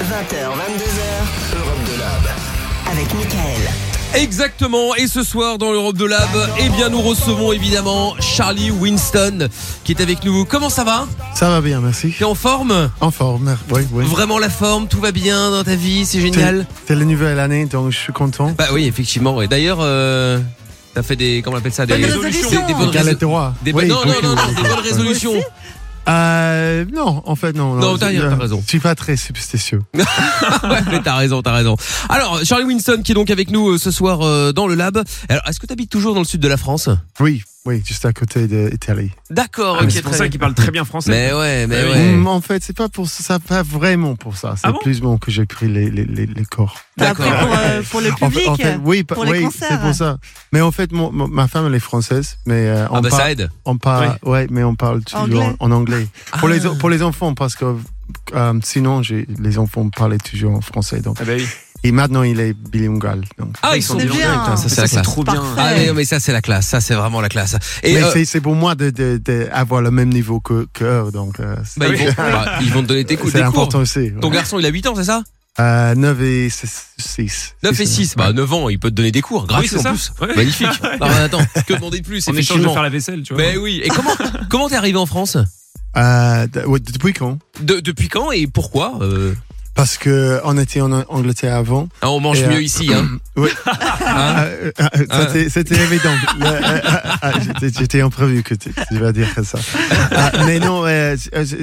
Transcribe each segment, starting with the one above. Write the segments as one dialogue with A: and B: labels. A: 20h, 22h. Europe de Lab. Avec Michael.
B: Exactement, et ce soir dans l'Europe de Lab, eh bien nous recevons évidemment Charlie Winston qui est avec nous. Comment ça va
C: Ça va bien, merci.
B: T'es en forme
C: En forme, oui, oui.
B: Vraiment la forme, tout va bien dans ta vie, c'est génial
C: C'est la nouvelle année, donc je suis content.
B: Bah oui, effectivement, et d'ailleurs... euh, T'as fait des comment on appelle ça des,
D: Bonnes
B: des-
D: résolutions.
B: des- des bonnes
C: Des galettes
B: résolutions.
C: de roi.
B: Des
C: Oui,
B: bonnes- non,
C: oui,
B: non, non, non,
C: oui,
B: des
C: oui.
B: bonnes résolutions.
C: Euh, non, en fait, non.
B: Non, t'as rien, t'as raison.
C: Je suis pas très superstitieux.
B: Ouais, mais t'as raison, t'as raison. Alors, Charlie Winston qui est donc avec nous euh, ce soir euh, dans le lab. Alors, est-ce que t'habites toujours dans le sud de la France
C: Oui, oui, juste à côté de l'Italie.
B: D'accord,
D: Ah, mais
B: ok,
D: c'est pour
B: très
D: ça
B: bien.
D: qu'il parle très bien français.
B: Mais ouais, mais
D: Ah oui.
B: ouais.
C: Mm, en fait, c'est pas pour ça, pas vraiment pour ça. C'est
D: Ah bon
C: plus bon que j'ai pris les, les, les, les corps.
E: T'as appris
D: Ah,
B: D'accord.
E: pour, euh, pour le
C: En fait-
E: public.
C: en fait, oui, pa-
E: pour les
C: oui,
E: concerts.
C: c'est pour ça. Mais en fait, mon- mon- ma femme elle est française, mais euh, on,
B: Ah bah
C: par-
B: ça aide.
C: on parle, ouais, mais on parle toujours
E: Anglais.
C: en anglais. Pour les pour les enfants, parce que euh, sinon, j'ai- les enfants parlaient toujours en français. Donc,
D: Ah bah oui.
C: et maintenant, il est bilingual. Donc.
B: Ah, ils sont
E: C'est
D: bilingues,
E: bien.
D: putain, hein,
B: C'est
D: ça,
B: la
D: ça, c'est
B: classe.
D: trop bien.
B: Ah mais, mais ça c'est la classe, ça c'est vraiment la classe. Et
C: mais
B: euh,
C: c'est- c'est pour moi d'avoir de, de, avoir le même niveau que, que eux, donc euh, c'est-
B: bah, ils, vont, bah, ils vont te donner tes coups,
C: c'est
B: des cours.
C: important aussi. ouais.
B: Ton garçon il a 8 ans c'est ça
C: Euh, 9 et 6.
B: 9 et 6, bah 9 ans il peut te donner des cours,
D: Ah
B: grave
D: oui, c'est
B: en
D: ça.
B: plus.
D: Ouais.
B: Magnifique. Ah, bah, attends, que demander de plus
D: En échange de
B: effectivement.
D: faire la vaisselle, tu vois.
B: Mais oui, et comment comment t'es arrivé en France
C: Euh, d- ouais, depuis quand
B: De- Depuis quand et pourquoi Euh,
C: Parce que on était en Angleterre avant.
B: ah, On mange
C: Et, euh,
B: mieux ici hein.
C: Oui.
B: Hein
C: Euh, euh, euh,
B: Ah.
C: c'était- C'était évident. Le- euh, euh, euh, j'étais- J'étais imprévu que tu tu vas dire ça. Euh, mais non, euh,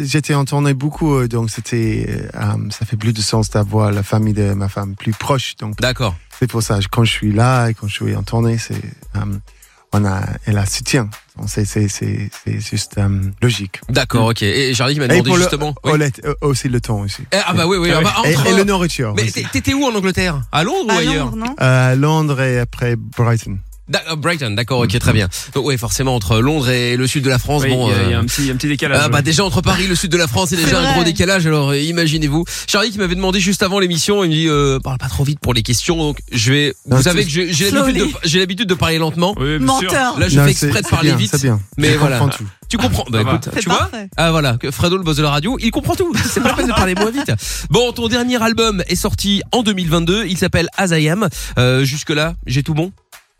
C: j'étais en tournée beaucoup, euh, donc c'était, euh, euh, ça fait plus de sens d'avoir la famille de ma femme plus proche. Donc
B: D'accord.
C: c'est pour ça, quand je suis là et quand je suis en tournée, c'est, euh, on a, elle a soutien. Donc, C'est, c'est, c'est, c'est juste euh, logique.
B: D'accord, ok. Et Charlie m'a
C: Et
B: demandé
C: pour le-
B: justement. oui.
C: Oh, la- euh, aussi le temps aussi.
B: Eh, Ah bah oui, oui.
D: Ah
B: ah
D: oui.
B: bah,
C: Et,
B: entre-
C: et le nourriture.
B: Mais
C: aussi.
B: t'es- t'étais où en Angleterre À Londres ou
E: À
B: ailleurs
E: Londres,
D: Ah,
E: non
C: Euh, Londres et après Brighton.
B: Da- euh, Brighton, d'accord, ok, très bien. Donc ouais, forcément entre Londres et le sud de la France,
D: Oui,
B: bon.
D: il y a- il y, a
B: euh,
D: un petit, un petit décalage.
B: Ah bah déjà entre Paris et le sud de la France, il y a
E: C'est
B: déjà un
E: vrai.
B: gros décalage. Alors euh, imaginez-vous, Charlie qui m'avait demandé juste avant l'émission, il me dit euh, parle pas trop vite pour les questions. Donc je vais,
C: Non,
B: vous
C: c'est-
B: savez que j'ai j'ai l'habitude de,
E: Slowly.
B: j'ai l'habitude de parler lentement.
D: Oui, bien sûr.
E: Menteur.
B: Là je
C: Non,
B: fais
C: c'est-
B: exprès de
C: c'est
B: parler
C: bien,
B: vite.
C: C'est bien.
B: Mais
C: Je
B: voilà.
C: comprends tout.
B: Tu comprends Bah
D: Ça va.
B: écoute,
E: C'est
B: tu vois
E: parfait.
B: Ah voilà, que Fredo le boss de la radio, il comprend tout. C'est pas la peine de parler moins vite. Bon, ton dernier album est sorti en 2022. Il s'appelle As I Am. Euh, jusque là, j'ai tout bon.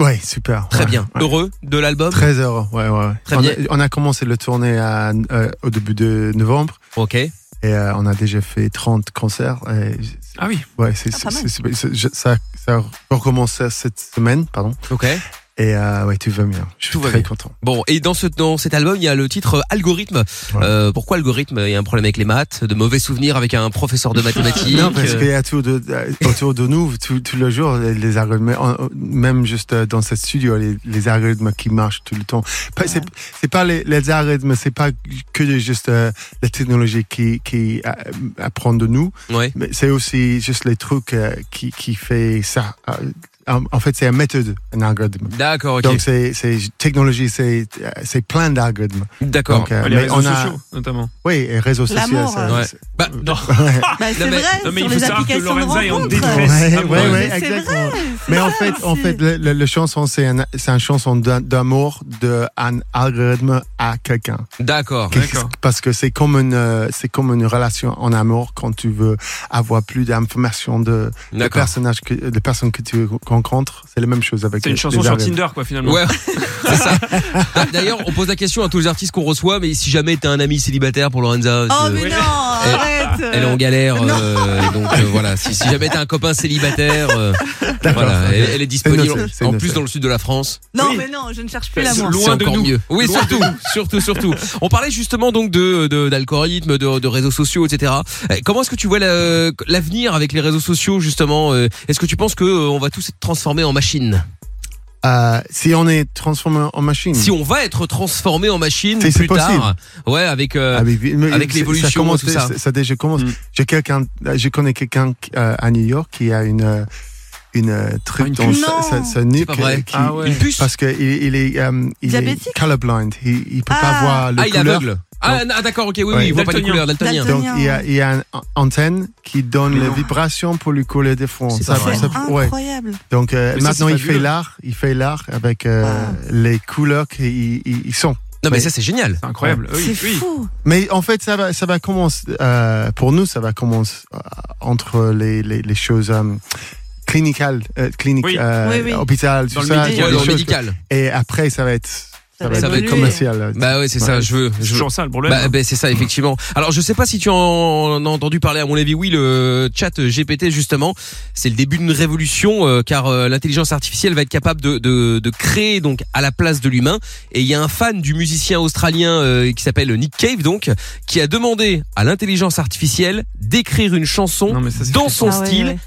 C: Ouais, super.
B: Très
C: Ouais,
B: bien.
C: ouais.
B: Heureux de l'album.
C: 13 heures, ouais, ouais. ouais.
B: Très
C: on,
B: bien.
C: A, on a commencé le tourner à, euh, au début de novembre
B: Ok.
C: et euh, on a déjà fait 30 concerts. et-
D: Ah oui.
C: ouais, c'est,
E: Ah, pas
C: c'est- c'est-
E: mal.
C: c'est- je- ça, ça recommence cette semaine, pardon.
B: Ok.
C: Et euh, ouais, tout va bien. Je suis
B: Tout va
C: très
B: bien.
C: content.
B: Bon, et dans, ce, dans cet album, il y a le titre euh, Algorithme.
C: Ouais.
B: Euh, pourquoi algorithme Il y a un problème avec les maths, de mauvais souvenirs avec un professeur de mathématiques.
C: Non, parce
B: euh,
C: qu'il y a tout de- autour de nous, tout, tout le jour, les, les algorithmes, en- même juste euh, dans ce studio, les, les algorithmes qui marchent tout le temps. Pas- C'est c'est pas les, les algorithmes, c'est pas que de juste euh, la technologie qui, qui euh, apprend de nous,
B: euh, ouais.
C: mais c'est aussi juste les trucs euh, qui, qui fait ça. Euh, En, en fait, c'est une méthode, un algorithme.
B: D'accord, ok.
C: Donc, c'est c'est- technologie, c'est euh, c'est plein d'algorithmes.
B: D'accord.
C: Donc, euh,
D: les
C: mais
D: réseaux
C: on a-
D: sociaux, notamment.
C: Oui, et réseaux sociaux.
E: L'amour,
C: c'est-
E: euh.
B: Ouais.
C: c'est-
B: Bah, non.
C: Ouais.
E: Bah, c'est
B: Non, mais-
E: vrai,
D: non, mais il
E: sur
D: faut
E: les
D: savoir que
E: applications de
D: Lorenza est en
E: rencontres.
D: détresse. Ouais,
C: ouais, ouais,
E: Mais c'est
C: exactement.
E: vrai, c'est
C: Mais en
E: ça
C: fait, en
E: aussi.
C: fait, le, le- le chanson c'est un, c'est une chanson d'un- d'amour de un algorithme à quelqu'un.
B: D'accord.
C: Qu'est-ce-
D: D'accord.
C: Parce que c'est comme une, euh, c'est comme une relation en amour quand tu veux avoir plus d'informations de, de
B: D'accord.
C: personnages que, de personnes que tu rencontres. C'est la même chose avec.
D: C'est une
C: les-
D: chanson
C: les
D: sur
C: algorithmes.
D: Tinder, quoi, finalement.
B: Ouais, c'est ça. Ah, D'ailleurs, on pose la question à tous les artistes qu'on reçoit, mais si jamais t'as un ami célibataire pour Lorenza,
E: Oh,
B: c'est-
E: mais non,
B: Elle-
E: arrête.
B: elle est en galère.
E: Non.
B: euh, et donc euh, voilà, si, si jamais t'as un copain célibataire, euh,
C: D'accord.
B: voilà,
C: Ok.
B: elle, elle est disponible.
C: C'est noté, c'est
B: en
C: noté.
B: plus, dans le sud de la France,
E: Non,
D: Oui.
E: mais non, je ne cherche plus
D: C'est
E: l'amour.
D: loin.
B: C'est
D: de
B: encore
D: nous.
B: mieux. Oui,
D: Loin
B: surtout, surtout, surtout. On parlait justement donc de de- d'algorithmes, de, de réseaux sociaux, etc. Euh, Comment est-ce que tu vois la- l'avenir avec les réseaux sociaux justement euh, Est-ce que tu penses que euh, on va tous être transformés en machines
C: Euh, si on est transformé en machine.
B: Si on va être transformé en machines
C: Si Hmm. c'est
B: plus tard
C: possible.
B: Ouais, avec. euh,
C: avec, Ah, mais
B: avec
C: ça-
B: l'évolution,
C: ça commence,
B: tout ça.
C: Ça déjà commence.
D: Mm.
C: J'ai quelqu'un, je connais quelqu'un euh, à New York qui a une euh, une euh, truc
D: Ah, une
C: dans
E: puce.
C: sa, sa,
E: Non.
C: sa nuque euh,
B: pas vrai.
C: qui-
D: Ah ouais.
B: Une puce
C: Parce qu'il il est, euh, il est
E: Diabétique
C: colorblind, il, il peut pas
E: Ah.
C: voir le
B: Ah, il est
C: couleur.
B: aveugle. Ah, ah, d'accord, ok, oui, oui,
C: Ouais.
B: il voit pas les
D: Daltonien.
B: couleurs, daltonien.
E: Daltonien.
C: Donc il y a, il y a une an- antenne qui donne les vibrations pour lui coller des fronts.
B: C'est pas vrai.
E: C'est
C: ouais.
E: incroyable.
D: Ah
C: Donc euh,
D: Mais ça,
C: maintenant
D: c'est
C: il fait
D: fabuleux.
C: l'art, il fait l'art avec euh,
E: Ah.
C: les couleurs qu'ils ils- ils sont.
B: Non, mais, ça, c'est génial.
D: C'est incroyable.
E: C'est
D: Oui, oui.
E: fou.
C: Mais en fait, ça va, ça va commencer, euh, pour nous, ça va commencer euh, entre les, les, les choses euh, clinicales, euh, cliniques,
D: Oui.
C: euh,
E: Oui, oui.
C: hôpital, tout
D: Dans le
C: ça.
D: médical.
C: les
B: Ouais, dans le
C: choses
B: médical.
C: que- Et après, ça va être, ça va
B: va
C: être
B: évoluer.
C: commercial. euh,
B: Bah oui, c'est
C: Ouais.
B: ça, je veux.
D: C'est
B: Je...
D: toujours ça le problème.
B: Bah, ben, c'est ça effectivement. Alors je sais pas si tu en as entendu parler à mon avis oui le chat GPT justement, c'est le début d'une révolution euh, car euh, l'intelligence artificielle va être capable de, de, de créer donc à la place de l'humain et il y a un fan du musicien australien euh, qui s'appelle Nick Cave donc qui a demandé à l'intelligence artificielle d'écrire une chanson
D: Non, mais ça, c'est
B: dans son
D: flippant.
E: Ah ouais,
B: style
E: ouais.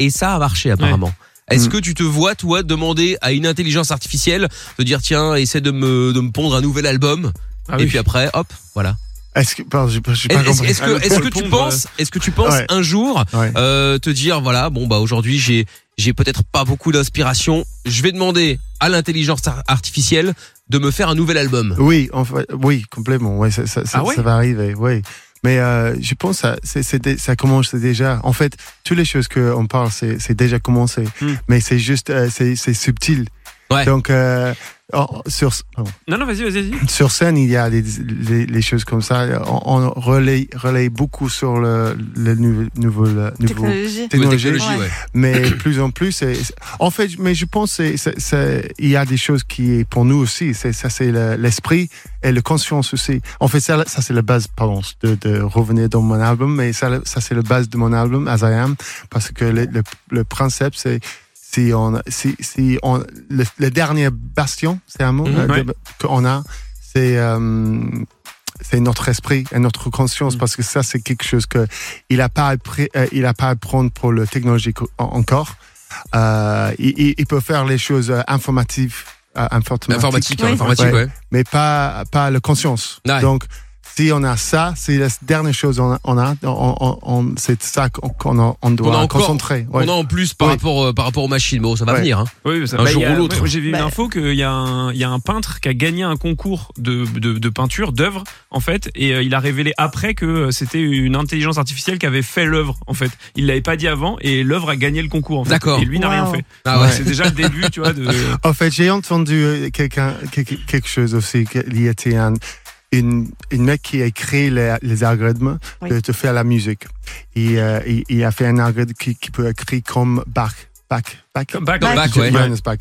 B: et ça a marché apparemment. Est-ce
D: Mm.
B: que tu te vois toi demander à une intelligence artificielle de dire tiens essaie de me de me pondre un nouvel album
D: Ah
B: et
D: oui.
B: puis après hop voilà.
C: Est-ce que, pardon, j'ai pas, j'ai pas
B: Est-ce
C: compris.
B: est-ce
D: Ah,
B: que,
D: mais
B: est-ce
D: pour
B: que
D: le
B: tu
D: pondre,
B: penses, est-ce que tu penses
C: Ouais.
B: un jour
C: Ouais.
B: euh, te dire voilà bon bah aujourd'hui j'ai j'ai peut-être pas beaucoup d'inspiration, je vais demander à l'intelligence ar- artificielle de me faire un nouvel album.
C: Oui, en fait, oui, complètement. Ouais, ça, ça, ça,
D: Ah ouais
C: ça va arriver. Oui. Mais euh, je pense que ça, c'est- c'est dé- ça commence déjà. En fait, toutes les choses qu'on parle, c'est c'est déjà commencé.
D: Hmm.
C: Mais c'est juste, euh, c'est c'est subtil.
B: Ouais.
C: Donc, euh, en- sur, pardon.
D: Non, non, vas-y, vas-y. vas-y.
C: sur scène, il y a des, les, les choses comme ça. On, on relaye, relaye beaucoup sur le, le nouveau, nouveau, le nouveau
E: Technologie.
C: technologie
B: Technologie, ouais.
C: mais plus en plus, c'est- c'est- en fait, mais je pense que c'est- c'est- c'est- il y a des choses qui est pour nous aussi. C'est ça, c'est le- l'esprit et la conscience aussi. En fait, ça, ça c'est la base. Pardon, de, de revenir dans mon album, mais ça, ça c'est la base de mon album As I Am, parce que le, le, le principe c'est si on, si, si on, le, le dernier bastion, c'est un mot
B: Mhm,
C: euh, de-
D: ouais.
C: qu'on a, c'est euh, c'est notre esprit et notre conscience parce que ça c'est quelque chose que il a pas appris, euh, il a pas à prendre pour le technologique en- encore. Euh, il, il- il peut faire les choses euh, informatives, euh, informatiques,
B: Informatique,
E: Oui.
B: informatique, ouais.
C: Ouais. mais pas pas le conscience.
B: Ouais.
C: Donc si on a ça, c'est la dernière chose on a, on a on, on- on- c'est ça qu'on- qu'on a- on
B: Qu'on a
C: doit
B: encore-
C: concentrer. Ouais.
B: On a en plus par
C: Ouais.
B: rapport euh, par rapport aux machines, bon ça va
C: Ouais.
B: venir. Hein.
D: Oui, ça-
B: Un jour
D: il y a-
B: ou l'autre.
D: ouais, J'ai vu une
E: Bah.
D: info qu'il y, a un- il y a un peintre qui a gagné un concours de, de, de peinture, d'œuvre, en fait, et euh, il a révélé après que euh, c'était une intelligence artificielle qui avait fait l'œuvre, en fait. Il l'avait pas dit avant, et l'œuvre a gagné le concours, en fait.
B: D'accord.
D: Et lui n'a rien
E: Wow.
D: fait.
B: Ah
D: Donc,
B: ouais.
D: C'est déjà le début, tu vois, de.
C: En fait, j'ai entendu euh, quelqu'un quelque, quelque chose aussi. que- Il y était un une, une mec qui a créé les, les algorithmes
E: Oui.
C: de, de faire la musique. Et, euh, il, il a fait un algorithme qui, qui peut écrire comme Bach. Bach. Bach.
D: Comme back,
E: Back.
D: back.
B: Back, ouais.
C: Johannes Bach.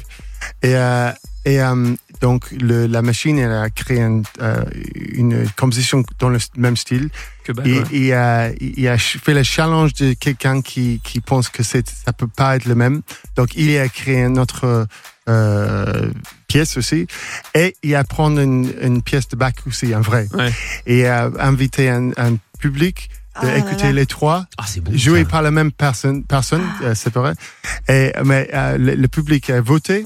C: Et, euh, et euh, donc, le, la machine, elle a créé un, euh, une composition dans le même style.
D: Que back,
C: Et,
D: ouais.
C: et, euh, il a ch- fait le challenge de quelqu'un qui, qui pense que c'est, ça peut pas être le même. Donc, il a créé une autre euh, pièce aussi. Et il a pris une, une pièce de bac aussi, un vrai.
D: Ouais.
C: Et a invité un, un public
E: Ah là
C: d'écouter
E: là.
C: les trois
B: Ah c'est bon.
C: joué
B: ça.
C: par la même personne, personne
E: Ah.
C: euh, c'est vrai. Et, mais euh, le, le public a voté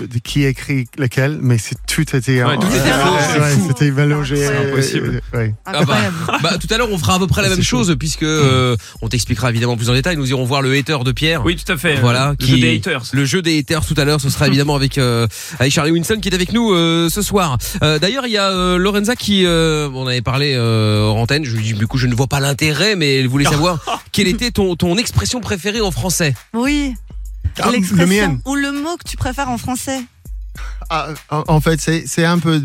C: de qui écrit lequel, mais c'est tout était en- Ah,
D: Ouais, tout était
E: faux, Ah, c'est
C: ouais,
E: fou.
C: c'était mélangé.
E: C'est
C: euh,
D: impossible.
C: euh, ouais.
E: Incroyable.
B: Bah tout à l'heure on fera à peu près la
C: Ah,
B: même
C: c'est
B: chose puisque euh, on t'expliquera évidemment plus en détail. Nous irons voir le hater de Pierre.
D: Oui, tout à fait. Euh,
B: Voilà,
D: Le
B: qui-
D: jeu des haters.
B: Le jeu des haters tout à l'heure, ce sera évidemment avec euh, avec Charlie Winston qui est avec nous euh, ce soir. Euh, D'ailleurs, il y a euh, Lorenza qui, euh, on avait parlé euh, hors antenne. Je lui dis du coup, je ne vois pas l'intérêt, mais elle voulait savoir quelle était ton ton expression préférée en français.
E: Oui.
C: Ah,
E: L'expression
C: le mien.
E: ou le mot que tu préfères en français.
C: Ah, en, en fait, c'est c'est un peu,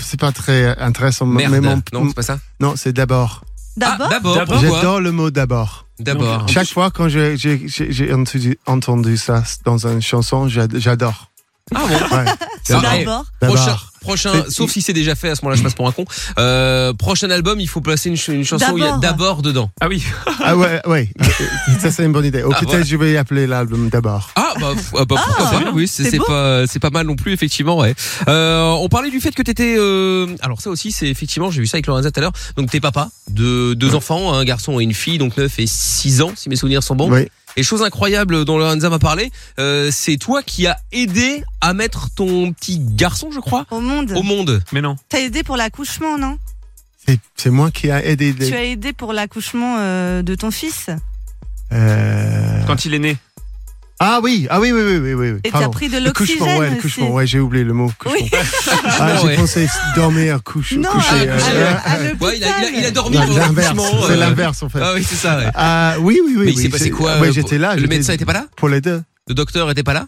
C: c'est pas très intéressant.
B: Merde,
C: mais mon-
B: non, c'est pas ça.
C: non, c'est d'abord.
E: D'abord.
B: Ah, d'abord,
D: D'abord.
B: pourquoi
C: J'adore le mot d'abord.
B: D'abord.
C: Chaque fois quand j'ai- j'ai j'ai- j'ai entendu, entendu ça dans une chanson, j'ad- j'adore.
B: Ah bon.
C: Ouais,
B: C'est vrai.
E: D'abord.
B: Prochain,
C: d'abord.
B: prochain,
C: C'est-
B: sauf si c'est déjà fait, à ce moment-là, je passe pour un con. Euh, prochain album, il faut placer une, ch- une chanson où il y a
E: D'abord.
B: d'abord dedans.
D: Ah oui.
C: Ah ouais, ouais. Euh, ça c'est une bonne idée. Ou
B: Ah,
C: peut-être
B: voilà.
C: je vais appeler l'album d'abord.
B: Ah bah, f- ah, bah,
E: Ah,
B: pourquoi
E: c'est
B: pas
E: bien.
B: oui c'est
E: C'est
B: c'est
E: beau.
B: pas c'est pas mal non plus effectivement ouais euh, on parlait du fait que t'étais euh, alors ça aussi c'est effectivement j'ai vu ça avec Lorenza tout à l'heure donc t'es papa de deux enfants un garçon et une fille donc 9 et 6 ans si mes souvenirs sont bons
C: Oui.
B: et chose incroyable dont Lorenza m'a parlé euh, c'est toi qui as aidé à mettre ton petit garçon je crois
E: Au monde.
B: au monde
D: Mais non.
E: T'as aidé pour l'accouchement, non
C: C'est- C'est moi qui a aidé. les-
E: Tu as aidé pour l'accouchement euh, de ton fils.
C: Euh,
D: Quand il est né.
C: Ah oui, ah oui, oui, oui, oui, oui. oui.
E: Et t'as
C: Pardon.
E: pris de
C: Le couchement, ouais,
E: l'oxygène.
C: le
E: aussi.
C: couchement, ouais, j'ai oublié le mot couchement.
E: Oui.
C: Ah, j'ai
B: ouais.
C: pensé dormir, couche,
E: Non, ah, à,
C: coucher.
B: euh,
E: à- à
C: euh,
E: l'hôpital.
B: ouais il a, il a, il a dormi
C: euh,
B: pendant
C: l'inverse,
B: l'accouchement,
C: c'est
B: euh,
C: l'inverse en fait.
B: ah oui c'est ça ouais.
C: Ah oui, oui, oui.
B: mais
C: oui,
B: il s'est passé
C: c'est-
B: quoi euh,
C: ouais, J'étais là.
B: le
C: j'étais
B: médecin était pas là
C: Pour les deux.
B: le docteur était pas là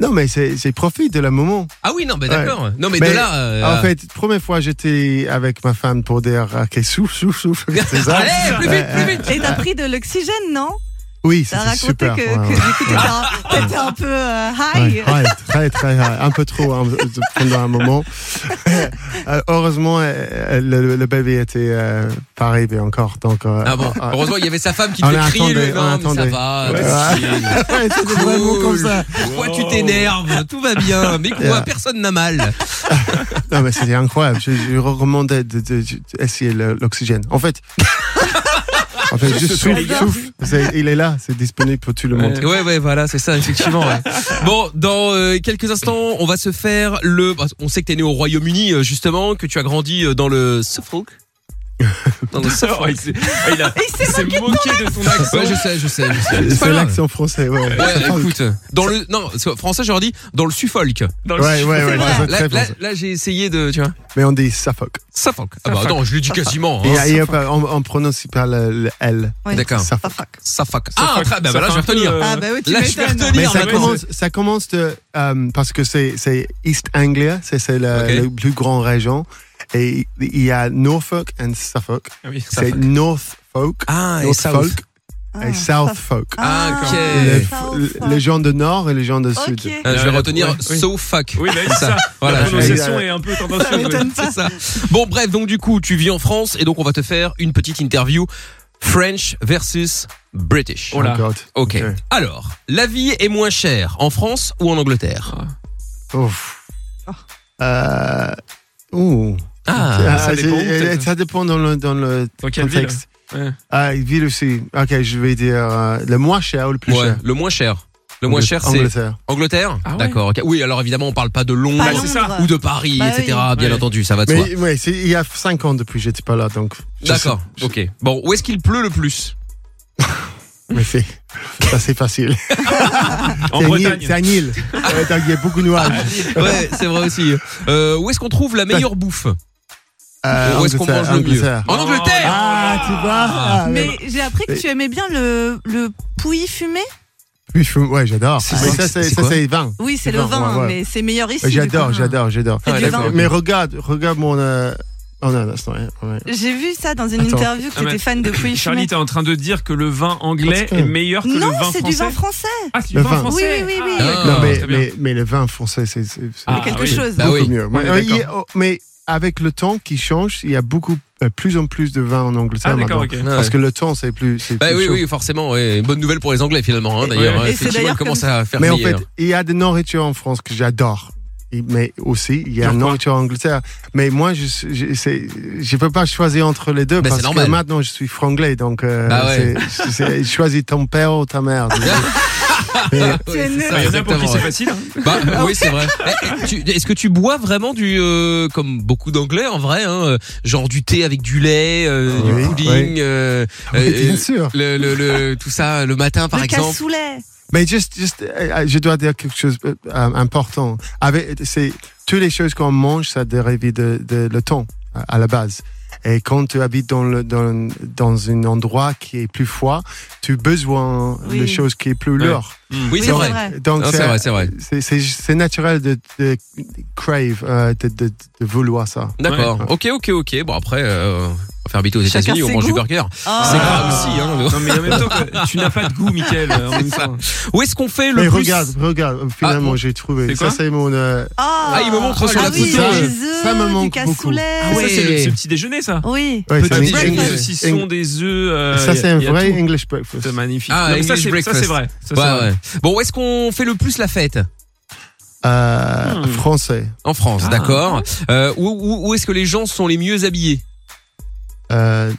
C: Non, mais c'est c'est profit de la moment.
B: Ah oui, non, mais d'accord. Non, mais,
C: Mais,
B: de là. euh,
C: En fait, première fois, j'étais avec ma femme pour dire OK, souffle, souffle, souffle. C'est ça.
B: Allez, plus vite, plus vite.
E: Et t'as pris de l'oxygène, non
C: Oui,
E: T'as
C: c'était
E: raconté
C: super.
E: que,
C: ouais,
E: que
C: ouais. Ah.
E: du coup t'étais un- t'étais un peu euh, high.
C: Ouais, ouais, très très high. un peu trop hein, pendant un moment. Euh, heureusement, euh, euh, le, le bébé était euh, pas arrivé encore, donc. euh,
B: Ah bon,
C: euh,
B: heureusement, il y avait sa femme qui
C: On
B: devait
C: a
B: crier le
C: attendu, on
B: nom,
C: a
B: mais ça
C: attendu.
B: va.
C: Ouais.
B: tranquille.
C: ouais, c'était vraiment comme ça.
B: Pourquoi tu t'énerves Tout va bien. Mais quoi
C: Yeah.
B: Personne n'a mal.
C: Non Ah, mais c'était incroyable. Je, je recommandais d'essayer de, d'essayer le- l'oxygène. En fait. En fait, juste souffle, souffle. C'est- Il est là, c'est disponible pour tout le monde.
B: Ouais, ouais, ouais, voilà, c'est ça, effectivement. ouais. Bon, dans euh, quelques instants, on va se faire le. bah, On sait que t'es né au Royaume-Uni, euh, justement, que tu as grandi euh, dans le Suffolk. Dans le Suffolk.
D: Oh, il s'est- ah, il a- il s'est moqué de ton accent.
B: Ouais, je sais, je sais, je sais. C'est pas
C: C'est
B: grave.
C: l'accent français, ouais.
B: Ouais, écoute, dans le non so- français j'aurais dit dans le Suffolk.
D: Dans le-
C: Ouais, ouais, ouais,
E: vrai.
C: c'est
B: Là,
C: très
B: là,
C: français.
B: là, j'ai essayé de tu vois
C: Mais on dit Suffolk.
B: Suffolk. Ah bah non, je le dis quasiment.
C: Et,
B: hein.
C: et après, on, on prononce pas le, le L.
E: Ouais.
B: D'accord.
C: Suffolk.
E: Fuck.
B: Suffolk. Ah, très- bah, bah,
D: Ça
B: là
D: fait
B: je vais
D: un peu,
B: retenir.
D: euh,
E: Ah bah oui, tu
B: Là, je vais
E: m'étonnes.
B: retenir.
C: Mais ça
B: maintenant.
C: commence, ça commence de, euh, parce que c'est, c'est East Anglia, c'est, c'est le,
B: Ok.
C: le plus grand région. Et il y a Norfolk and Suffolk.
D: Ah oui, ça
C: C'est
D: fait-
C: Northfolk,
B: Ah, et ça
C: Northfolk
E: Ah,
C: et Southfolk.
B: Ah, ok.
C: Les,
B: Eh.
E: Southfolk.
C: les gens de nord et les gens de
E: Ok.
C: sud.
B: Euh, je vais
D: Ouais,
B: retenir
D: oui.
B: so fuck.
D: Oui, bah,
B: Comme
D: c'est ça.
B: Voilà.
D: La
B: je vais-
D: prononciation est un peu tendancieuse. ouais.
E: m'étonne pas.
B: C'est ça. Bon, bref, donc du coup, tu vis en France et donc on va te faire une petite interview French versus British.
D: Oh là.
C: God.
B: Ok. Alors, la vie est moins chère en France ou en Angleterre
C: Ouf. Euh, ouh.
B: Ah,
D: ça
C: Ah,
D: dépend où,
C: c'est-
D: peut-être.
C: ça dépend dans le, dans le
D: Dans quelle ville
C: contexte.
D: Ouais.
C: Ah, ville aussi. Ok, je vais dire euh, le moins cher ou le plus
B: ouais,
C: cher.
B: le moins cher. Le moins cher, c'est
C: Angleterre.
B: Angleterre
D: Ah ouais.
B: D'accord. ok. Oui, alors évidemment, on parle pas de Londres
E: Pas
D: Bah, c'est ça.
E: Londres.
B: ou de Paris,
E: Bah
B: etc.
E: oui.
B: Bien
D: Ouais.
B: entendu, ça va de soi.
C: Mais ouais, c'est- il y a 5 ans depuis, j'étais pas là, donc. je
B: D'accord.
C: sais-
B: Ok. Bon, où est-ce qu'il pleut le plus
C: Mais c'est, ça c'est facile.
D: En
C: c'est un île,
D: Bretagne.
C: c'est un île. Ouais, donc il y a beaucoup de
B: Ah,
C: nuages.
B: Ouais, c'est vrai aussi. Euh, où est-ce qu'on trouve la meilleure bouffe
C: Euh,
B: Où est-ce qu'on
C: Angleterre,
B: mange le mieux
C: Angleterre.
B: En Angleterre
C: Ah, tu vois. ah,
E: Mais
C: mais-
E: j'ai appris que tu aimais bien le, le pouilly fumé.
C: Oui, je- ouais, j'adore. Ah,
B: C'est
C: Mais
B: quoi C'est-
C: ça, c'est,
B: c'est
C: ça,
B: quoi
C: c'est 20.
E: Oui, c'est
C: C'est
E: le
C: bon,
E: vin,
C: Eh ben, ouais, ouais.
E: mais c'est meilleur ici.
C: Ouais,
E: du
C: Euh, J'adore,
E: coup.
C: j'adore, j'adore.
E: C'est
B: Ah,
E: du
B: d'accord.
E: vin.
C: Mais regarde, regarde mon. euh, Oh non, non, c'est rien. ouais.
E: J'ai vu ça dans une
C: Attends.
E: interview que
D: Ah, mais-
E: t'étais fan de pouilly
D: Charlie,
E: fumé.
D: t'es en train de dire que le vin anglais
C: Non,
D: est meilleur que le
E: Non,
D: vin
E: c'est du vin
D: français.
E: français.
D: Ah, c'est du
C: Le
D: vin
C: vin.
D: français.
E: Oui, oui, oui, oui.
D: Ah,
E: Non,
D: d'accord,
C: Non, mais,
D: très bien.
C: mais, mais le vin français, c'est c'est- c'est
D: Ah,
E: quelque
D: oui.
E: chose.
B: Bah
C: beaucoup
B: oui.
C: mieux.
D: On est
C: Ouais, il y a- oh, mais avec le temps qui change, il y a beaucoup, euh, plus en plus de vins en Angleterre
D: Ah, d'accord,
C: maintenant.
D: ok.
B: Ouais.
C: Parce que le temps, c'est plus. c'est
B: Bah
C: plus
B: oui,
C: chaud.
B: oui, forcément. ouais. Bonne nouvelle pour les Anglais finalement. hein, d'ailleurs,
D: Ouais.
B: hein,
E: Et c'est
B: effectivement,
E: d'ailleurs
B: ils commencent
E: comme-
B: à hein. faire
C: Mais en fait,
B: meilleur.
C: il y a des nourritures en France que j'adore. Et- Mais aussi, il y a
D: Genre
C: une
D: quoi
C: nourriture en Angleterre. Mais moi, je je, c'est- je peux pas choisir entre les deux
B: Mais Bah, c'est
C: parce que
B: normal.
C: maintenant, je suis franglais. Donc, euh,
B: Bah ouais.
C: c'est- c'est- je choisis ton père ou ta mère.
B: Ah,
E: Tu
B: ouais,
E: es
B: c'est
E: nul.
B: ça,
D: Bah, Il y en a pour qui
B: exactement,
D: c'est
B: ouais.
D: facile. hein.
B: Bah, oui, c'est vrai. Eh, tu- Est-ce que tu bois vraiment du, euh, comme beaucoup d'anglais en vrai, hein, euh, genre du thé avec du lait, euh,
C: Oui, Ah
B: du pudding, euh, euh,
C: bien sûr.
B: le, le, le- tout ça le matin par
E: Le
B: exemple
E: cassoulet.
C: Mais juste, juste, euh, euh, je dois dire quelque chose d'important. Avec, c'est toutes les choses qu'on mange, ça dérive de, de le temps à à la base. Et quand tu habites dans le dans, dans un endroit qui est plus froid, tu as besoin
E: Oui.
C: de choses qui est plus
D: Ouais.
C: lourd.
B: Mm. Oui, c'est
C: Donc-
B: vrai.
C: Donc
B: Non, c'est vrai, c'est vrai.
C: c'est- c'est c'est naturel de, de crave, euh, de, de, de vouloir ça.
B: D'accord. Ok, ok, ok. Bon après, euh, on va faire habiter aux
E: Chacun
B: États-Unis, on
E: ses
B: mange du
E: goûts.
B: burger.
E: Ah.
B: C'est grave aussi. Hein, mais-
D: Non, mais en même temps, que tu n'as pas de goût, Michael. En même temps.
B: Où est-ce qu'on fait le
C: Mais
B: plus
C: regarde, regarde, finalement
B: bon.
C: j'ai trouvé.
D: C'est
C: Ça
D: quoi
C: c'est mon. euh,
E: Ah,
B: il me montre
E: Ah
B: sur la
E: oui,
B: photo. euh,
C: Ça,
E: des œufs,
C: ça me
E: du
C: manque
E: cassoulet.
B: beaucoup. Ah ouais.
D: Ça, c'est le c'est le petit déjeuner, ça. Ah,
E: Oui.
C: ouais, c'est
B: Petit
C: un
D: Petit déjeuner,
B: breakfast.
C: English-
D: saucisson, des œufs. euh,
C: Ça c'est
D: il
C: un
D: y a
C: vrai
D: tout.
C: English breakfast.
D: C'est magnifique.
B: Ah,
D: Non, mais ça,
B: English
D: c'est- ça, c'est
B: breakfast.
D: vrai. Ça, c'est
B: Ouais,
D: vrai.
B: ouais. Bon, où est-ce qu'on fait le plus la fête
C: Euh,
D: Hmm.
C: Français.
B: En France,
D: Ah.
B: d'accord. Euh, où où, où est-ce que les gens sont les mieux habillés
C: Euh,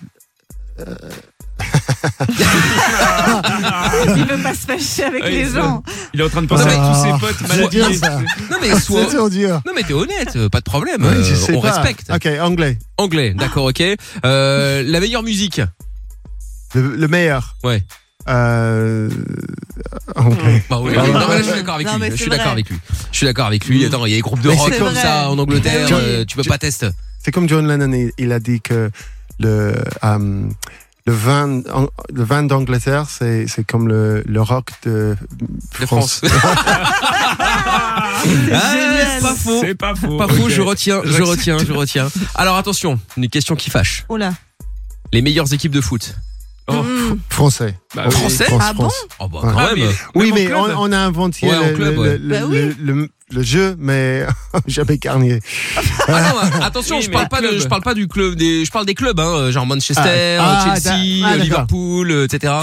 E: Il veut pas se fâcher avec
D: Oui,
E: les
D: c'est
E: gens.
D: Il est en train de penser avec
C: Ah.
D: tous ses potes
C: C'est dur,
D: maladies.
C: ça.
B: Non mais soit.
C: Ah, C'est trop dur.
B: Non mais t'es honnête, euh, pas de problème.
C: Oui,
B: euh,
C: je sais
B: on
C: pas. Ah.
B: respecte.
C: Ok, anglais.
B: Anglais, d'accord, ok. Euh, la meilleure musique.
C: Le, le meilleur.
B: Ouais.
C: Euh, anglais.
B: Bah oui,
C: Bah
B: non,
C: ouais.
B: mais là, je suis d'accord avec
E: Non,
B: lui.
E: mais
B: Je
E: c'est
B: suis d'accord
E: vrai.
B: avec lui. Je suis d'accord avec lui. Attends, il y a des groupes de
C: Mais
B: rock
E: c'est
B: comme
E: vrai.
B: ça en Angleterre.
E: Mais oui.
B: euh, tu peux
C: Tu-
B: pas tester.
C: C'est comme John Lennon, il, il a dit que le, euh, le vin, en- le vin d'Angleterre, c'est c'est comme le, le rock de
B: De
C: France.
B: France. Ah, c'est pas faux.
D: C'est pas faux.
B: Pas faux,
D: Ok.
B: je retiens, je
D: J'accepte.
B: retiens, je retiens. Alors attention, une question qui fâche.
E: Oh là.
B: Les meilleures équipes de foot.
D: Oh.
E: Mm.
C: français.
D: Bah,
C: Oui,
B: français
C: France,
E: Ah bon
C: France.
B: Oh bah
C: Ouais.
B: quand
D: Ah,
B: même.
C: Oui,
D: Même au
C: mais on,
D: club.
C: on a inventé
B: Ouais, au
C: le,
B: club,
C: le-
B: ouais.
C: le-
E: Bah oui.
C: le- le- le jeu, mais jamais Garnier.
B: Ah non, attention,
D: Oui,
B: je
D: mais
B: parle
D: le
B: pas de,
D: club.
B: je parle pas du club des, je parle des clubs hein, genre Manchester,
C: Ah, ah, d'a-
B: Chelsea,
C: ah, d'accord.
B: Liverpool, euh, etc.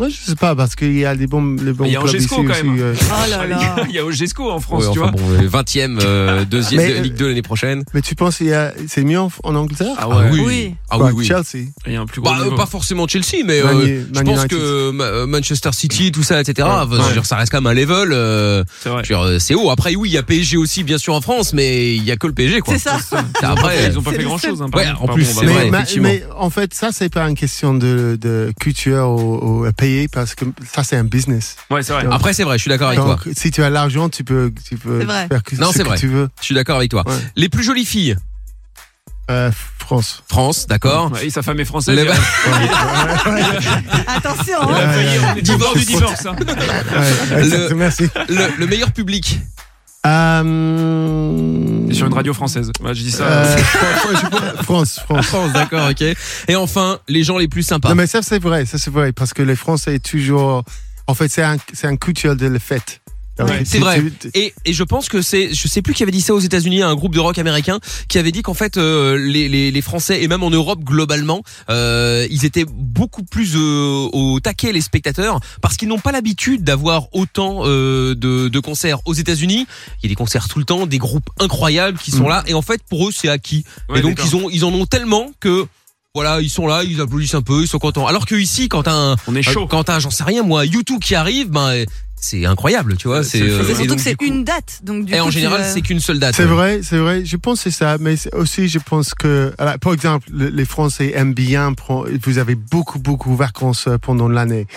C: Moi, je sais pas, parce qu'il y a des bons, les bons
D: il y a
C: clubs ici
D: Angesco, quand
C: aussi.
D: même.
C: euh.
E: Oh là là.
D: Il y a Ogesco en France,
B: Ouais,
D: tu
B: enfin
D: vois.
B: bon, euh, 20e, euh, deuxième
C: Mais,
B: de Ligue 2 l'année prochaine.
C: Mais tu penses qu'il y a, c'est mieux en, en Angleterre?
D: Ah
B: Ah
D: ouais.
B: oui,
E: Oui.
B: ah
C: Quoi,
B: oui, oui.
C: Chelsea.
D: Il y a un plus gros
B: Bah, euh,
D: niveau.
B: pas forcément Chelsea, mais
C: Man-
B: euh,
C: Man
B: je pense
C: United.
B: que Ma- euh, Manchester City, tout ça, etc.
D: Ouais.
B: enfin, je veux
D: Ouais.
B: dire, ça reste quand même un level. euh,
D: C'est vrai.
B: je veux dire, euh, c'est haut. Après, oui, il y a PSG aussi, bien sûr, en France, mais il y a que le PSG, quoi.
E: C'est ça.
B: Après,
D: Ils ont pas
E: C'est
D: fait
E: le
D: grand
E: seul.
D: chose. Hein,
B: Ouais, en plus, c'est
C: mais,
B: vrai,
C: ma-
B: effectivement.
C: mais en fait, ça, c'est pas une question de, de culture ou, ou à payer parce que ça, c'est un business.
D: Ouais, c'est vrai.
B: après, c'est vrai. Je suis d'accord avec toi.
C: Donc, si tu as l'argent, tu peux, tu peux
E: C'est vrai.
C: faire que-
B: Ah, Non,
C: ce
B: c'est
C: que
B: vrai.
C: tu veux.
B: Je suis d'accord avec toi.
C: Ouais.
B: Les plus jolies filles,
C: Euh, France.
B: France, d'accord.
D: Ouais, et sa femme est française.
B: Les-
D: il y a-
E: Attention.
D: Ouais,
E: hein.
D: ça y est, on est au bord du
C: Divorce.
D: divorce. hein.
C: Ouais,
B: Le-
C: Merci.
B: Le, le meilleur public.
C: Euh,
D: C'est sur une radio française. Ouais, je dis ça.
C: euh, France, France, France.
B: France, d'accord, ok. Et enfin, les gens les plus sympas.
C: Non, mais ça, c'est vrai. Ça, c'est vrai. Parce que les Français, toujours. En fait, c'est un, c'est un culture de la fête. Donc,
D: Ouais,
C: tu-
B: c'est vrai.
C: tu- tu-
B: Et, et je pense que c'est, je sais plus qui avait dit ça aux États-Unis, un groupe de rock américain qui avait dit qu'en fait euh, les, les, les Français et même en Europe globalement, euh, ils étaient beaucoup plus euh, au taquet les spectateurs parce qu'ils n'ont pas l'habitude d'avoir autant euh, de, de concerts aux États-Unis. Il y a des concerts tout le temps, des groupes incroyables qui
C: Mm.
B: sont là et en fait pour eux c'est acquis.
D: Ouais,
B: et donc
D: d'accord.
B: ils ont ils en ont tellement que voilà, ils sont là, ils applaudissent un peu, ils sont contents. Alors que ici, quand t'as un,
D: On est chaud.
B: quand t'as, Ah, j'en sais rien, moi, YouTube qui arrive, ben, euh, c'est incroyable, tu vois.
D: C'est-
B: C'est
D: c'est
B: euh,
D: fou.
E: C'est
B: et
E: surtout
B: donc,
E: que c'est
B: du coup-
E: une date. Donc, du
B: et
E: coup,
B: en
E: tu,
B: général,
E: euh,
B: c'est qu'une seule date.
C: C'est
B: ouais.
C: vrai, c'est vrai. Je pense que c'est ça, mais c'est aussi je pense que, alors, par exemple, le- les Français aiment bien. prendre- Vous avez beaucoup, beaucoup de vacances euh, pendant l'année.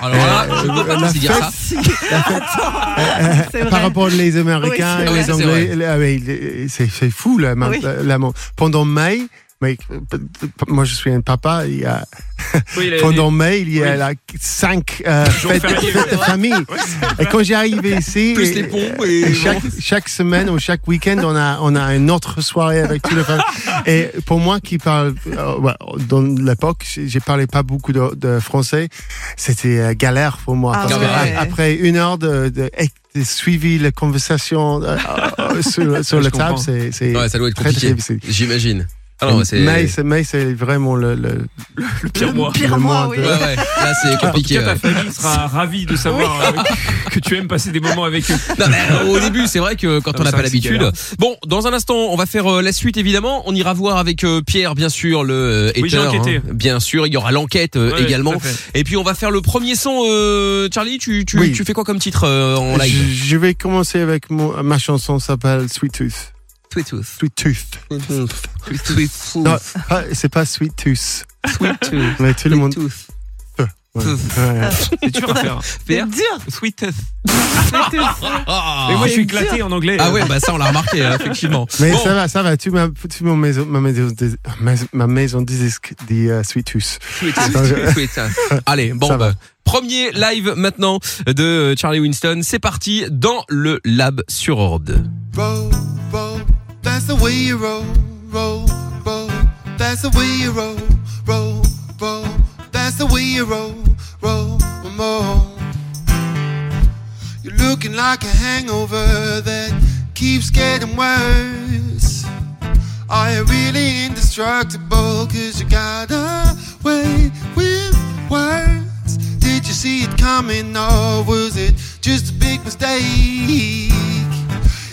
B: Alors là, je
C: Euh,
B: peux pas
C: la
B: te dire ça.
E: c'est vrai.
C: Par rapport aux Américains
E: Oui,
C: et
E: c'est
C: les
B: vrai.
C: Anglais, les- ah, mais les- c'est c'est fou là. ma-
E: Oui.
C: la- la- pendant mai, mais, euh, moi je suis un papa. Il y a,
D: Oui, il a-
C: pendant mai, il y a
D: Oui.
C: là, cinq euh,
D: Jours
C: fêtes,
D: fériés,
C: fêtes de famille. Et quand j'ai arrivé ici,
B: Plus
C: et-
B: les ponts et.
C: Et chaque, chaque semaine ou chaque week-end, on a, on a une autre soirée avec tous les femmes. Et pour moi qui parle, euh, ouais, dans l'époque, j'ai j'ai parlé pas beaucoup de, de français, c'était euh, galère pour moi.
E: Ah
C: parce
B: ouais.
C: que a- après une heure de, de, de suivi la conversation euh, euh, sur, sur
D: Je
C: la
D: comprends.
C: table, c'est c'est
B: Ouais, ça doit être
C: très, très
B: compliqué.
C: difficile.
B: J'imagine. Ah non, c'est.
C: Mais c'est- mais c'est vraiment le, le-
D: le pire mois.
E: Pire
C: Le
E: moi,
C: mois
E: oui.
C: de-
B: Ouais, ouais. Là, c'est
D: En tout
B: compliqué.
D: cas, ta
B: ouais.
D: famille sera ravie de savoir euh, que tu aimes passer des moments avec eux.
B: Non, mais euh, au début, c'est vrai que quand
D: Non,
B: on n'a pas
D: Ah, c'est vrai que c'est
B: l'habitude. Bon, dans un instant, on va faire euh, la suite évidemment. On ira voir avec euh, Pierre, bien sûr, le euh,
D: Oui, j'ai
B: hater,
D: enquêté.
B: bien sûr, il y aura l'enquête euh,
D: Ouais,
B: également.
D: tout à fait.
B: Et puis on va faire le premier son. euh, Charlie, tu tu,
C: Oui.
B: tu fais quoi comme titre euh, en
C: je,
B: live
C: je vais commencer avec mon, ma chanson s'appelle Sweet Tooth. Sweet Tooth. Non, pas- c'est pas Sweet Tooth. Mais tout le monde. Euh, Ouais. Ouais.
D: C'est dur à faire.
E: C'est dur.
D: Sweet tooth.
B: Ah.
D: Mais moi, je suis
E: c'est
D: éclaté en anglais.
B: Ah ouais, bah ça on l'a remarqué hein, effectivement.
C: Mais
B: Bon.
C: ça va, ça va. Tu m'as, tu m'as maison, ma maison, des, ah, ma, ma maison des disques, des euh, Sweet Tooth.
B: Allez, bon
C: Ça
B: bah, premier live maintenant de euh, Charlie Winston, c'est parti dans le lab sur Europe 2.
F: Roll, roll, that's the way you roll, roll, roll, that's the way you roll, roll, roll, that's the way you roll, roll, more. You're looking like a hangover that keeps getting worse. Are you really indestructible? Cause you got away with words. Did you see it coming or was it just a big mistake?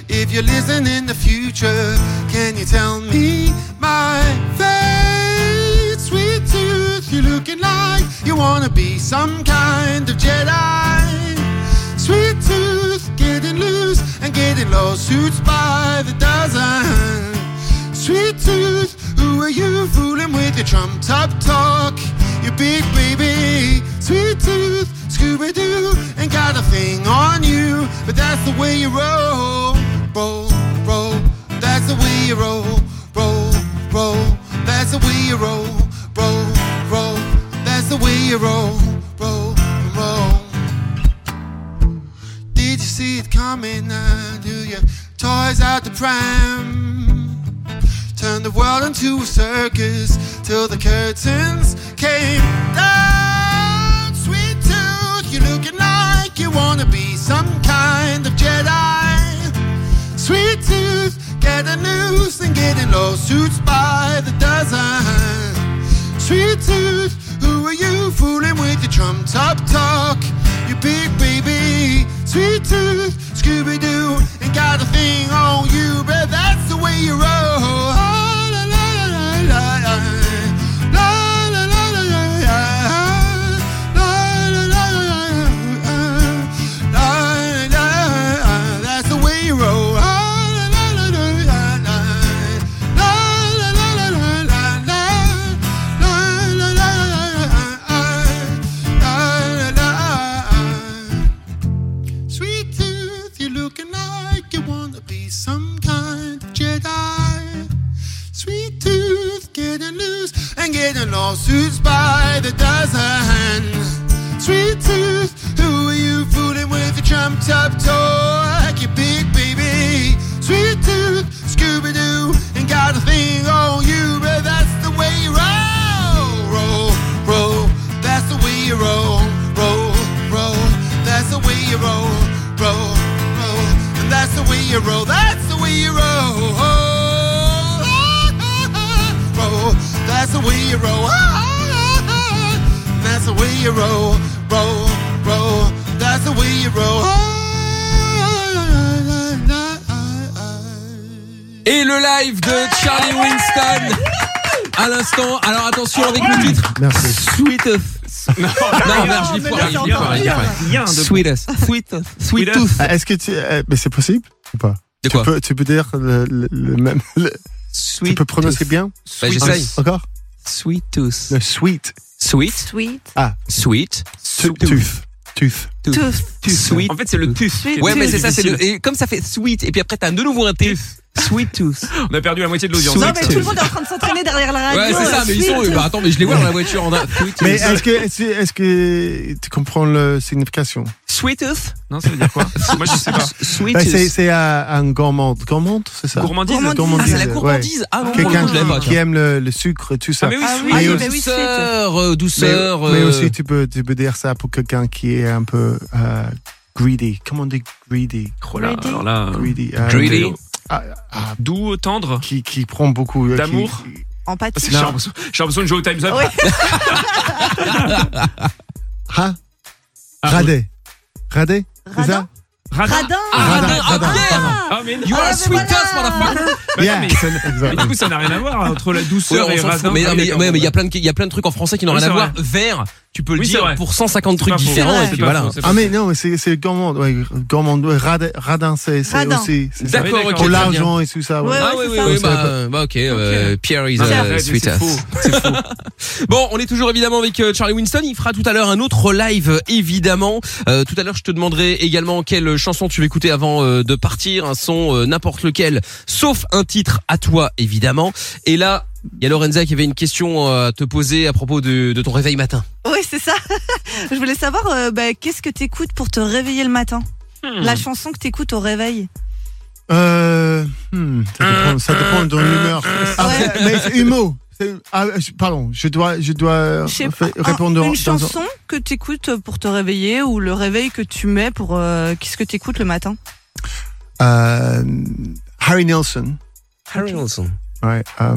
F: If you listen in the future, can you tell me my fate? Sweet tooth, you're looking like you wanna be some kind of Jedi. Sweet tooth, getting loose and getting lawsuits by the dozen. Sweet tooth, who are you fooling with your trumped up talk? You big baby, sweet tooth, Scooby Doo, ain't got a thing on you, but that's the way you roll, roll, roll. That's the way you roll, roll, roll. That's the way you roll, roll, roll. That's you roll, roll, roll. Did you see it coming? Now do your toys out the pram? Turn the world into a circus till the curtains came down. Sweet tooth, you're looking like you wanna be some kind of Jedi. Sweet tooth, getting loose and getting lawsuits by the dozen. Sweet tooth, who are you fooling with your trumped up talk? You big baby, sweet tooth, Scooby Doo, and got a thing on you, but that's the way you roll. Ah, la, la, la, la, la. La, la, la, la, la, la. La, la, la, la, la. La, la, la, la. That's the way you roll. Ah, la, la, la, la, la, la. La, la, la, la, la, la, la. La, la, la, la, la, la. La, la, la. Sweet tooth, you're looking like you wanna be some kind of Jedi. Sweet tooth, getting loose and getting lawsuits by the dozen. Sweet tooth, who are you fooling with your trumped up talk? You big baby. Sweet tooth, Scooby Doo, and got a thing on you, but that's the way you roll, roll, roll. That's the way you roll, roll, roll. That's the way you roll, roll, roll. And that's the way you roll. That's the way you roll. Roll. oh, That's Oh, the way you roll. oh, That's the way you roll, roll, roll. That's the way you roll.
B: Et le live de Charlie Winston. À l'instant, alors attention avec le titre.
C: Merci.
B: Sweetest. Non,
D: Ah,
B: merde, je l'ai foiré, je l'ai foiré, je l'ai foiré.
D: Rien de
B: Sweetest. Sweetest. Sweet
D: Sweetest.
B: tooth.
C: Ah, Est-ce que tu. euh, Mais c'est possible ou pas
B: De
C: tu
B: quoi
C: peux, tu peux dire le, le- le même. le- tu
B: Sweet.
C: peux prononcer bien
B: Bah, j'essaye.
C: Encore
B: Sweet tooth.
C: Le sweet.
B: Sweet.
E: Sweet.
B: Sweet.
C: Tooth. Tooth. Tooth.
E: Tooth.
B: Sweet.
D: En fait, c'est le tooth.
E: Sweet
D: qui est
B: Ouais, mais c'est ça, c'est
D: difficile.
B: le. Et comme ça fait sweet, et puis après, t'as de nouveau un T. Sweet tooth.
D: On a perdu la moitié de l'audience.
E: Non,
B: Sweet
E: mais tout le monde est en train de s'entraîner derrière la radio. euh,
B: Ouais, c'est ça, mais ils sont.
E: Sweet.
B: Bah, attends, mais je les vois dans la voiture en un. Sweet
C: Mais
B: tooth.
C: est-ce que, est est que tu comprends la signification
B: Sweet tooth.
D: Non, ça veut dire quoi Moi, je sais pas.
B: Sweet
C: Bah, C'est
B: tooth.
C: c'est un, un gourmand. Gourmand, c'est ça
D: Gourmandise.
B: Ah, c'est la
C: ouais.
B: gourmandise. Ah non, pour le
C: Quelqu'un
B: coup, je l'avais pas.
C: qui aime le, le sucre, tout ça.
D: Ah, mais oui,
E: Ah
D: sweet.
E: oui,
C: Ah,
E: oui,
C: oui,
E: bah oui, sweet.
B: douceur, euh,
C: Mais-
B: douceur.
C: mais
B: euh,
C: aussi, tu peux, tu peux dire ça pour quelqu'un qui est un peu euh, greedy. Comment on dit greedy
D: Oh là,
E: Greedy.
D: alors là, euh,
C: Greedy. euh,
B: Greedy.
C: ah, ah,
D: doux, tendre.
C: qui, qui prend beaucoup euh, qui-
D: D'amour.
E: Empathie.
D: J'ai l'impression j'ai l'impression de jouer au Time's Up.
E: Ouais.
C: Hein
D: Ah,
C: Radé. Radé C'est ça
D: Radin.
E: Radin.
B: Ah,
C: Radin,
B: radin, ah,
C: radin,
B: merde.
D: Ah, mais non.
B: You are a sweet ass, motherfucker.
D: Bah, non,
C: Yeah,
D: mais-
C: c'est-
D: mais du
C: exactement.
D: coup, ça n'a rien à voir hein, entre la
B: Ouais,
D: douceur
B: on
D: et
B: s'en fout.
D: radin.
B: Mais non,
D: Ah, oui,
B: mais
D: d'accord.
B: ouais, mais il y a plein de il y a plein de trucs en français qui n'ont
D: Oui,
B: rien à
D: c'est
B: voir.
D: vrai.
B: Vert, tu peux le
D: Oui, c'est
B: dire
D: vrai.
B: pour 150
D: pas
B: trucs
D: faux.
B: différents.
E: C'est
B: et puis
D: pas
B: voilà.
D: faux, c'est pas
C: Ah, mais
D: faux.
C: non, mais c'est c'est gourmand. Ouais, gourmand, ouais, radé, radin, c'est c'est
E: Radin.
C: aussi. c'est ça.
B: D'accord, ok.
D: Pour
C: Pour
B: très bien.
C: l'argent et tout ça. ouais.
E: Ouais,
B: Ah oui,
E: c'est
B: oui,
E: ça.
B: oui,
C: Je savais
B: bah, euh, bah, ok, euh, Pierre is
D: Non, c'est
B: a
D: vrai,
B: sweet
D: Ah, c'est
B: ass.
D: faux.
B: Bon, on est toujours évidemment avec euh, Charlie Winston. Il fera tout à l'heure un autre live, euh, évidemment. Euh, tout à l'heure, je te demanderai également quelle chanson tu veux écouter avant euh, de partir. Un son, euh, n'importe lequel, sauf un titre à toi, évidemment. Et là, il y a Lorenza qui avait une question euh, à te poser à propos de, de ton réveil matin.
E: Oui, c'est ça. Je voulais savoir, euh, bah, qu'est-ce que t'écoutes pour te réveiller le matin
C: Hmm.
E: La chanson que t'écoutes au réveil.
C: Euh, hmm, ça dépend, ça dépend de l'humeur. Ah,
E: Ouais.
C: mais c'est humo. C'est- ah, je- pardon, je dois, je dois
E: Je sais
C: fa-
E: pas, un-
C: Ah, répondre dans-
E: une
C: dans-
E: chanson que t'écoutes pour te réveiller ou le réveil que tu mets pour euh, qu'est-ce que t'écoutes le matin
C: Euh, Harry Nelson.
B: Harry Nelson.
C: Ouais, euh,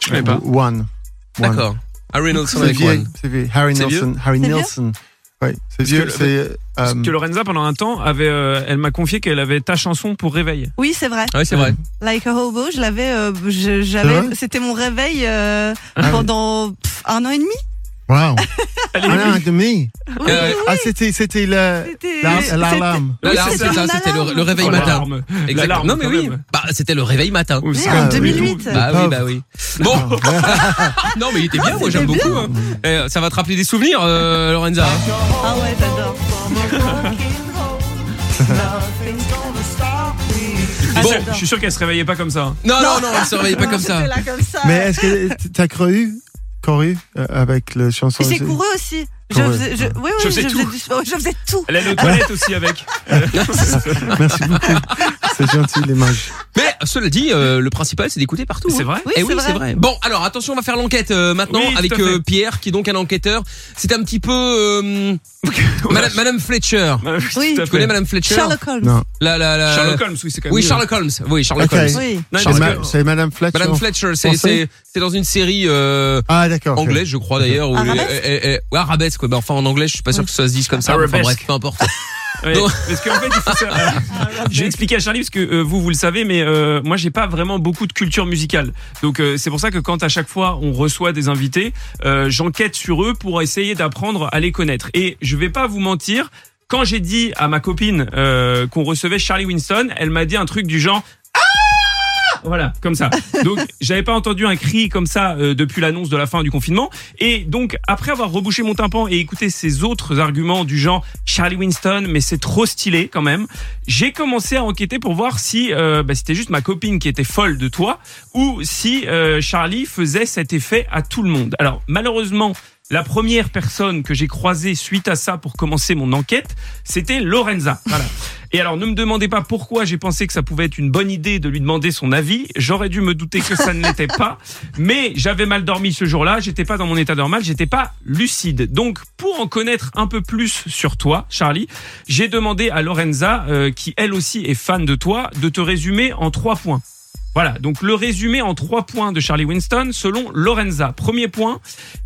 D: Je connais pas.
C: One. One.
B: D'accord. Harry Nelson
C: C'est
B: avec
C: vieux,
B: One.
C: c'est vieux. Harry
B: C'est vieux
C: Nelson. Harry
E: C'est vieux
C: Nelson. Ouais, c'est
D: Parce
C: vieux.
D: que-
C: C'est.
D: Parce
C: euh,
D: que Lorenza, pendant un temps, avait, euh, elle m'a confié qu'elle avait ta chanson pour réveil.
E: Oui, c'est vrai.
B: Ah oui, c'est vrai.
E: Like a Hobo, je l'avais, euh, je-
C: C'est
E: j'avais,
C: vrai
E: c'était mon réveil euh,
C: Ah oui.
E: pendant pff, un an et demi.
C: Wow.
D: Elle est-
C: Un an et demi.
E: Oui,
B: Euh,
E: oui,
C: Ah, c'était, c'était la,
E: c'était-
C: la-
E: c'était-
C: l'alarme.
E: Oui,
B: L'alarme,
E: c'était
B: c'est ça,
E: mon
B: c'était le,
E: alarme.
B: le réveil
D: Oh,
B: matin.
D: l'alarme.
B: Exactement.
D: L'alarme,
B: Non mais
D: quand
B: oui.
D: même.
B: Bah, c'était le réveil matin.
D: Oui, c'est
E: en
D: vrai.
E: 2008.
B: Bah oui,
C: pauvre.
B: bah oui. Bon. non, mais il était bien, moi j'aime
E: c'était
B: beaucoup. hein. Eh, ça va te rappeler des souvenirs, euh, Lorenza. hein.
E: Ah ouais, j'adore.
D: Ah,
E: Ah,
B: Bon.
D: je- je suis sûr qu'elle se réveillait pas comme ça.
B: Non, non, non, elle se réveillait pas comme ça.
E: J'étais là comme ça.
C: Mais est-ce que t'as cru Corée euh, avec la chanson.
E: Et j'ai couru aussi. Je
C: Corée.
E: faisais, je, oui, oui,
D: Je faisais tout.
E: du sport, je faisais tout.
D: Elle a nos toilettes aussi avec.
C: Merci beaucoup. C'est gentil l'image.
B: Mais cela dit, euh, le principal, c'est d'écouter partout.
D: C'est
B: hein.
D: vrai
E: Oui,
B: Eh
E: c'est
B: oui,
E: vrai.
B: c'est vrai. Bon, alors attention, on va faire l'enquête euh, maintenant
D: Oui, tout
B: avec
D: à fait.
B: euh, Pierre, qui est donc un enquêteur. C'est un petit peu euh, Madame, Madame Fletcher.
E: Oui.
D: Tout à
B: Tu connais
D: fait.
B: Madame Fletcher
E: Sherlock Holmes.
C: Non.
B: La- la- la-
D: Sherlock Holmes, oui, c'est quand même.
B: Oui,
D: mieux.
B: Sherlock Holmes. Oui, Sherlock
C: Ok.
B: Holmes.
E: Oui.
D: Non,
C: C'est
B: Charles
D: parce
C: ma-
D: que-
C: c'est Madame Fletcher.
B: Madame Fletcher, c'est
C: Français
B: c'est- c'est dans une série euh,
C: Ah d'accord. ok.
B: anglaise, je crois d'ailleurs. où les-
E: Arabesque
B: eh, eh, eh, ouais, arabesque, quoi. Bah, enfin, en anglais, je suis pas sûr que ça se dise comme ça. mais Enfin, bref,
D: Arabesque.
B: peu importe.
D: Ouais,
B: Non.
D: parce qu'en fait, il faut ça- J'ai expliqué à Charlie parce que euh, vous vous le savez, mais euh, moi j'ai pas vraiment beaucoup de culture musicale. Donc euh, c'est pour ça que quand à chaque fois on reçoit des invités, euh, j'enquête sur eux pour essayer d'apprendre à les connaître. Et je vais pas vous mentir, quand j'ai dit à ma copine euh, qu'on recevait Charlie Winston, elle m'a dit un truc du genre. Ah Voilà, comme ça. Donc, j'avais pas entendu un cri comme ça euh, depuis l'annonce de la fin du confinement. Et donc, après avoir rebouché mon tympan et écouté ces autres arguments du genre Charlie Winston, mais c'est trop stylé quand même, j'ai commencé à enquêter pour voir si euh, bah, c'était juste ma copine qui était folle de toi ou si euh, Charlie faisait cet effet à tout le monde. Alors, malheureusement, la première personne que j'ai croisée suite à ça pour commencer mon enquête, c'était Lorenza. Voilà. Et alors, ne me demandez pas pourquoi j'ai pensé que ça pouvait être une bonne idée de lui demander son avis. J'aurais dû me douter que ça ne l'était pas. Mais j'avais mal dormi ce jour-là. J'étais pas dans mon état normal. J'étais pas lucide. Donc, pour en connaître un peu plus sur toi, Charlie, j'ai demandé à Lorenza, euh, qui elle aussi est fan de toi, de te résumer en trois points. Voilà, donc le résumé en trois points de Charlie Winston selon Lorenza. Premier point,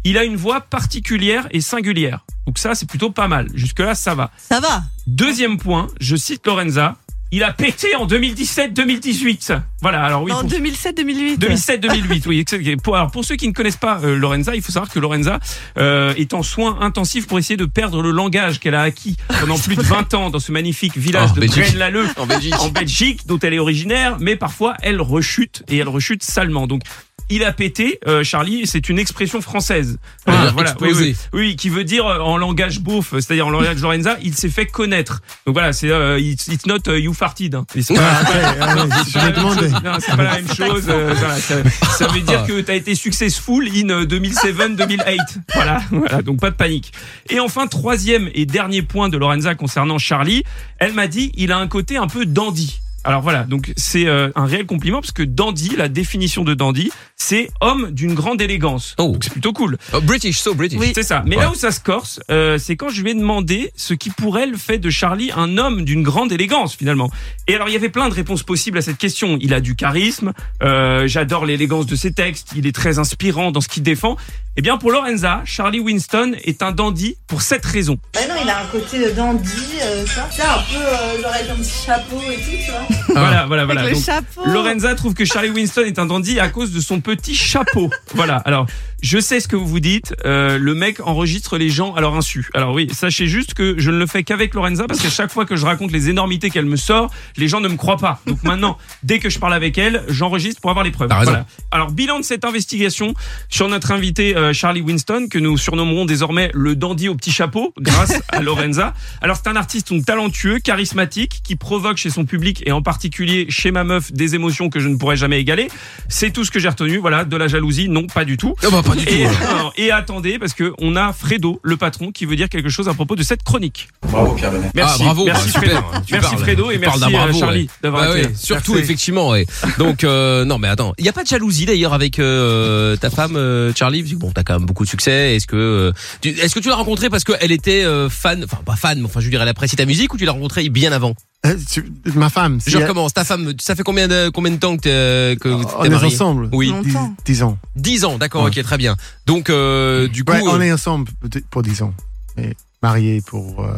D: il a une voix particulière et singulière. Donc ça, c'est plutôt pas mal. Jusque-là, ça va.
E: Ça va.
D: Deuxième point, je cite Lorenza, il a pété en 2017-2018. Voilà, alors oui,
E: en
D: pour-
E: 2007-2008.
D: 2007-2008, oui. exact. Pour, alors pour ceux qui ne connaissent pas euh, Lorenza, il faut savoir que Lorenza euh, est en soins intensifs pour essayer de perdre le langage qu'elle a acquis pendant plus de 20 ans dans ce magnifique village
B: Oh,
D: de
B: Belgique.
D: Braine-l'Alleud
B: En Belgique.
D: en Belgique, dont elle est originaire, mais parfois elle rechute et elle rechute salement. Donc il a pété, euh, Charlie, c'est une expression française. Euh,
B: Ça veut dire
D: oui,
B: exploser.
D: oui, Oui, qui veut dire euh, en langage beauf, c'est-à-dire en langage Lorenza, il s'est fait connaître. Donc voilà, c'est euh, it's, it's not euh, you farted. hein. Et c'est pas-
C: Ah, ok, ah, oui,
D: c'est
C: je
D: pas
C: me
D: la même
C: demandais.
D: chose. Non, c'est pas la même chose. euh, voilà, ça, ça veut dire que t'as été successful in euh, 2007-2008. Voilà, voilà, donc pas de panique. Et enfin, troisième et dernier point de Lorenza concernant Charlie, elle m'a dit il a un côté un peu dandy. Alors voilà, donc c'est euh, un réel compliment parce que dandy, la définition de dandy, c'est homme d'une grande élégance.
B: Oh.
D: Donc c'est plutôt cool.
B: Oh, British, so British.
D: C'est ça. Mais là où ça se corse, euh, c'est quand je lui ai demandé ce qui pour elle fait de Charlie un homme d'une grande élégance finalement. Et alors il y avait plein de réponses possibles à cette question. Il a du charisme, euh, j'adore l'élégance de ses textes, il est très inspirant dans ce qu'il défend. Eh bien pour Lorenza, Charlie Winston est un dandy pour cette raison.
G: Bah non, il a un côté dandy, euh, ça. Tu sais, un peu euh, l'oreille comme petit chapeau et tout, tu vois.
D: Voilà, voilà, voilà.
E: Avec le
D: Donc,
E: chapeau.
D: Lorenza trouve que Charlie Winston est un dandy à cause de son petit chapeau. voilà. Alors, je sais ce que vous vous dites. euh, le mec enregistre les gens à leur insu. Alors oui, sachez juste que je ne le fais qu'avec Lorenza parce qu'à chaque fois que je raconte les énormités qu'elle me sort, les gens ne me croient pas. Donc maintenant, dès que je parle avec elle, j'enregistre pour avoir les preuves.
B: T'as raison.
D: Voilà. Alors, bilan de cette investigation sur notre invité euh, Charlie Winston, que nous surnommerons désormais le dandy au petit chapeau, grâce à Lorenza. Alors, c'est un artiste donc, talentueux, charismatique, qui provoque chez son public et en particulier chez ma meuf des émotions que je ne pourrais jamais égaler. C'est tout ce que j'ai retenu. Voilà, de la jalousie, non, pas du tout.
B: Non, bah, pas du tout.
D: Et, alors, et attendez, parce que on a Fredo, le patron, qui veut dire quelque chose à propos de cette chronique.
H: Bravo Pierre Benet.
D: Merci,
B: ah, bravo,
D: merci,
B: bah,
D: Fredo.
B: super. Tu
D: Merci
B: parles.
D: Fredo et
B: Tu parles
D: merci
B: d'un
D: euh,
B: bravo,
D: Charlie
B: ouais.
D: d'avoir
B: Bah
D: été
B: ouais,
D: là.
B: surtout
D: Merci.
B: effectivement. ouais. Donc euh, non mais attends, il y a pas de jalousie d'ailleurs avec euh, ta femme euh, Charlie. Parce que, Bon, t'as quand même beaucoup de succès. Est-ce que euh, tu- est-ce que tu l'as rencontrée parce qu'elle était euh, fan, enfin pas fan, mais enfin je dirais elle apprécie ta musique ou tu l'as rencontrée bien avant
C: Euh, tu- Ma femme. si
B: Je
C: elle-
B: recommence. Ta femme, ça fait combien de combien de temps que t'es- euh, que
C: On
B: t'es
C: est
B: marié
C: ensemble.
B: Oui,
E: Non.
C: Dix-
E: Longtemps.
C: Dix ans.
B: 10 ans. D'accord,
C: Ouais.
B: ok, très bien. Donc euh, du coup,
C: Ouais, Ben, on
B: euh,
C: est ensemble pour 10 ans. Et mariés pour. Euh...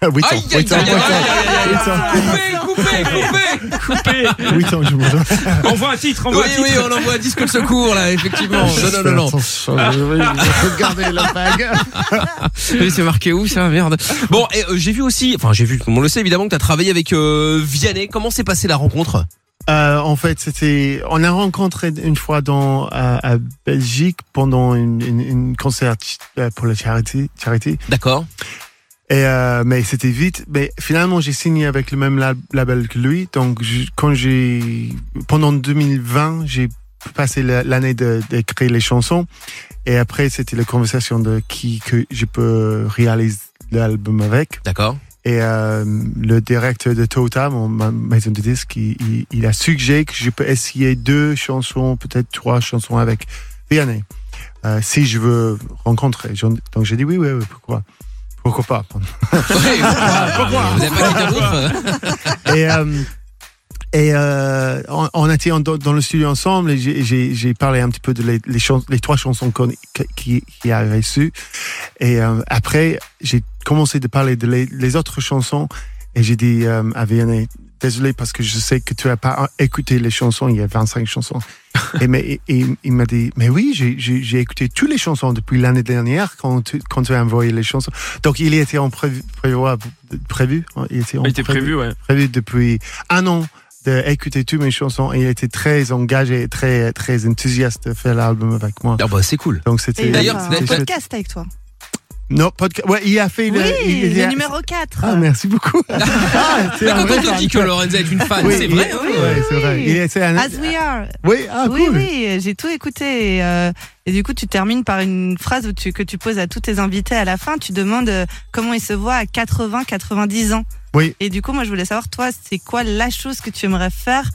C: Ah, 8 ans. 8 ans.
B: Aïe, aïe, aïe, aïe, aïe, aïe, aïe, aïe. Coupez, coupez, coupez.
C: Huit ans, je me souviens.
D: Envoie un titre,
B: Oui,
D: envoie un
B: oui,
D: titre.
B: on envoie un disque de secours là, effectivement. Non, non, non, non.
C: Attention, Regardez la bague.
B: Oui, c'est marqué où ça Merde. Bon, et euh, j'ai vu aussi, enfin j'ai vu, on le sait évidemment que t'as travaillé avec euh, Vianney. Comment s'est passée la rencontre
C: Euh, en fait, c'était. On a rencontré une fois dans à, à Belgique pendant une, une, une concert ch- euh, pour la charité. charité.
B: D'accord.
C: Et euh, mais c'était vite. Mais finalement, j'ai signé avec le même lab- label que lui. Donc, je- quand j'ai pendant 2020, j'ai passé la- l'année de, de créer les chansons. Et après, c'était la conversation de qui que je peux réaliser l'album avec.
B: D'accord.
C: Et euh, le directeur de Tota, mon, ma maison de disques, il, il- il a suggéré que je peux essayer deux chansons, peut-être trois chansons avec Vianney. Euh, si je veux rencontrer. J'en- Donc j'ai dit oui, oui, oui, pourquoi Pourquoi pas
B: Ouais, pourquoi Vous avez pas quelqu'un d'autre
C: et euh, et euh, on, on était en- dans le studio ensemble et j'ai- j'ai j'ai parlé un petit peu de les, les, chans- les trois chansons qu'on qui, qui a reçues. Et euh, après, j'ai commencé de parler de les, les autres chansons et j'ai dit euh, à Vianney, désolé parce que je sais que tu n'as pas écouté les chansons, il y a 25 chansons. et mais, et- et il m'a dit, mais oui, j'ai- j'ai j'ai écouté toutes les chansons depuis l'année dernière quand tu, quand tu as envoyé les chansons. Donc il était en prévu, prévu, hein, il était en
D: Il était prévu, ouais.
C: prévu depuis un an d'écouter toutes mes chansons et il était très engagé, et très, très enthousiaste de faire l'album avec moi.
B: Ah bah c'est cool.
C: Donc
E: Et
C: c'était.
E: il va
B: D'ailleurs,
E: faire
B: vous
E: un
B: êtes-
E: podcast avec toi.
C: Non, podcast. Ouais, il a fait
E: Oui,
C: le. il- il
E: le
C: a-
E: numéro 4.
C: Ah, merci beaucoup. ah, c'est
B: Mais
C: un
B: quand
C: vrai
B: on te dit
C: fan.
B: que Lorenza est une fan,
C: Oui,
B: c'est
C: il-
B: vrai. hein
C: ouais, c'est vrai. Il était un-
E: As we are.
C: Oui, ah,
E: Ah, oui,
C: cool.
E: oui, j'ai tout écouté. Et, euh, et du coup, tu termines par une phrase où tu, que tu poses à tous tes invités à la fin. Tu demandes euh, comment ils se voient à 80, 90 ans.
C: Oui.
E: Et du coup, moi, je voulais savoir, toi, c'est quoi la chose que tu aimerais faire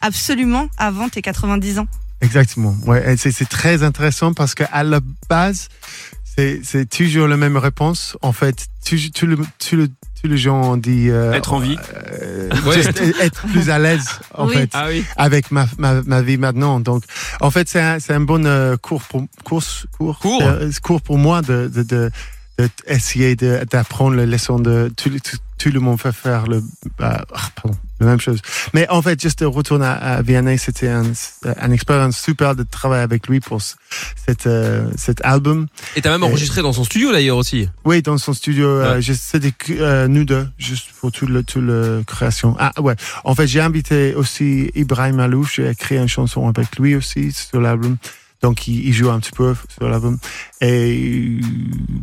E: absolument avant tes 90 ans
C: Exactement. Ouais, et c'est, c'est très intéressant parce que à la base, c'est, c'est toujours la même réponse. En fait, tu, tu le, tu le, tu le gens ont dit euh,
D: Être en vie.
C: euh,
B: Ouais.
C: juste être plus à l'aise en
E: Oui.
C: fait.
D: Ah oui.
C: avec ma, ma, ma vie maintenant. Donc, en fait, c'est un, c'est un bon euh, cours pour, course, cours,
B: Cours.
C: euh, cours pour moi de, de, de, de t- essayer de- d'apprendre les leçons de tout, le- tout, tout le monde fait faire le, bah, ah, pardon, la même chose. Mais en fait, juste de retourner à, à Vianney, c'était un, un expérience super de travailler avec lui pour ce- cette, euh, cet album.
B: hein. Et t'as même enregistré dans son studio d'ailleurs aussi.
C: Oui, dans son studio, euh, je- c'était que, euh, nous deux, juste pour toute la tout le création. Ah ouais, en fait, j'ai invité aussi Ibrahim Alouche, j'ai écrit une chanson avec lui aussi sur l'album. Donc, il, il joue un petit peu sur l'album. Et,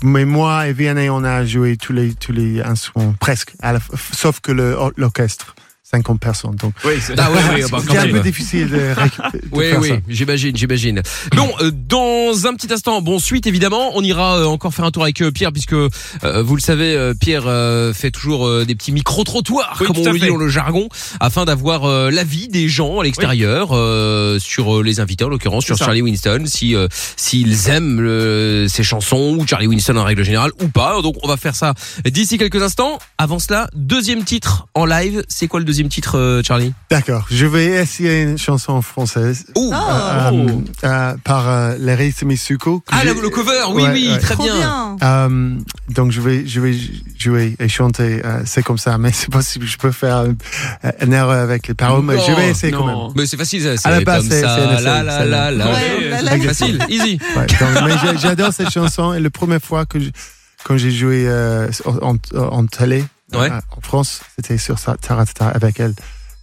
C: mais moi et Vianney, on a joué tous les, tous les instruments, presque, à la- sauf que le- l'orchestre, 50 personnes. Donc,
D: Oui, c'est-
B: Ah ouais, ouais, bah, quand
C: c'est un
B: même.
C: peu difficile de, récu- de
B: Oui,
C: faire
B: oui,
C: ça.
B: j'imagine, j'imagine. Bon, euh, dans un petit instant, bon, suite évidemment, on ira euh, encore faire un tour avec euh, Pierre, puisque euh, vous le savez, euh, Pierre euh, fait toujours euh, des petits micro-trottoirs,
D: Oui,
B: comme
D: tout
B: on
D: à
B: le dit
D: fait.
B: dans le jargon, afin d'avoir euh, l'avis des gens à l'extérieur, euh, sur euh, les invités en l'occurrence, sur
D: ça.
B: Charlie Winston, si euh, s'ils aiment euh, ses chansons, ou Charlie Winston en règle générale, ou pas. Donc on va faire ça d'ici quelques instants. Avant cela, deuxième titre en live. C'est quoi le deuxième titre, euh, Charlie
C: D'accord, je vais essayer une chanson française.
B: Oh
C: Euh, euh, par euh, Larry Semisuko. que
B: Ah,
C: j'ai-
B: le, le cover, oui,
C: Ouais,
B: oui,
C: ouais.
B: très
E: Trop
B: bien.
E: bien.
C: Euh, donc je vais, je vais jouer et chanter. euh, c'est comme ça, mais c'est possible. Je peux faire une, une erreur avec les paroles, mais je vais essayer
D: Non.
C: quand même.
B: Mais c'est facile, ça.
C: À la
B: C'est
C: base,
B: comme
C: c'est- c'est
B: ça.
C: une
B: La
C: seule,
B: la
C: c'est
B: la
C: une-
B: la.
E: Ouais, la- la-
B: C'est Facile, easy.
C: Ouais, donc, mais j'a- j'adore cette chanson. Et la première fois que je- quand j'ai joué euh, en, en- en télé
B: Ouais.
C: euh, en France, c'était sur sa- Taratata avec elle.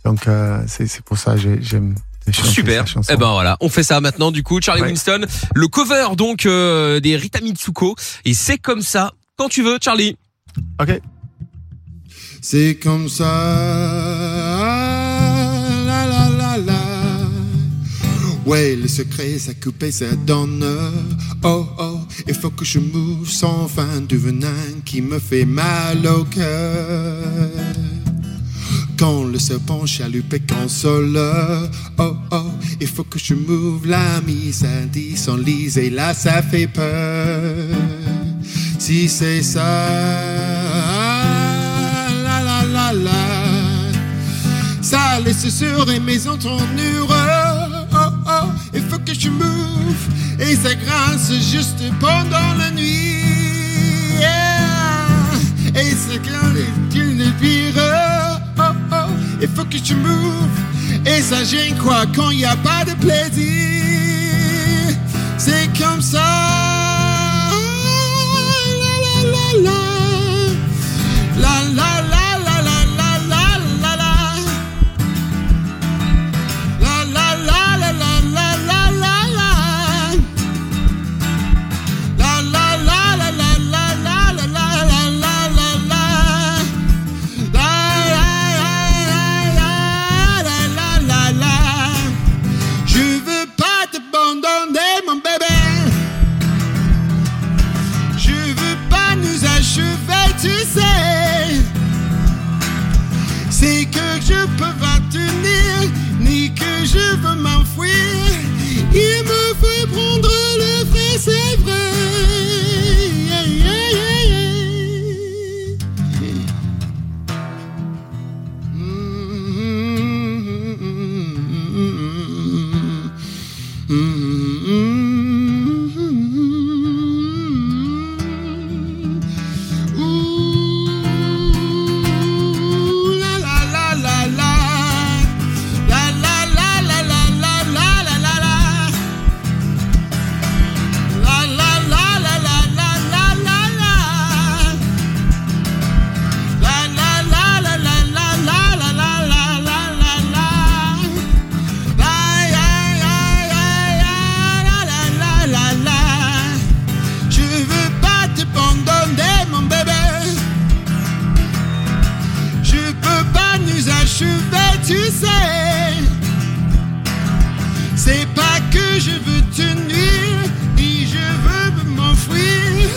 C: Donc euh, c'est c'est pour ça que j'ai- j'aime. de chanter
B: Super.
C: cette chanson.
B: Eh ben voilà, on fait ça maintenant du coup. Charlie Winston, le cover donc euh, des Rita Mitsuko. Et c'est comme ça quand tu veux, Charlie.
C: Ok.
F: C'est comme ça. La la la la. Ouais, le secret, ça coupe, ça donne. Oh oh, il faut que je m'ouvre sans fin du venin qui me fait mal au cœur. Quand le serpent chalupé console. Oh oh, il faut que je m'ouvre la mise à 10, on lise et là ça fait peur. Si c'est ça, la la la la, ça les susurres et mes entendures. Oh oh, il faut que je m'ouvre et ça grince juste pendant la nuit. Yeah. Et c'est quand il ne pire. Oh oh, il faut que je m'ouvre et ça gêne quoi quand il n'y a pas de plaisir. C'est comme ça. Oh, La la la la. La la la la la la la la la. La la la la la la la la la. La la la la la la la la la la la la la. La la la la la la la la la. Je veux pas tu sais, c'est que je peux pas tenir, ni que je veux m'enfuir. Il me fait prendre le frais, c'est vrai. Yeah, yeah, yeah, yeah. Mm, mm, mm, Ooh, la la la la la. La la la la la la la la la la. La la la la la la la la la. La la la la la la la la la la la la la. La ya ya ya ya la la la la la. Je veux pas te abandonner mon bébé. Je peux pas nous achever, tu sais. C'est pas que je veux te nuire, ni je veux m'enfuir.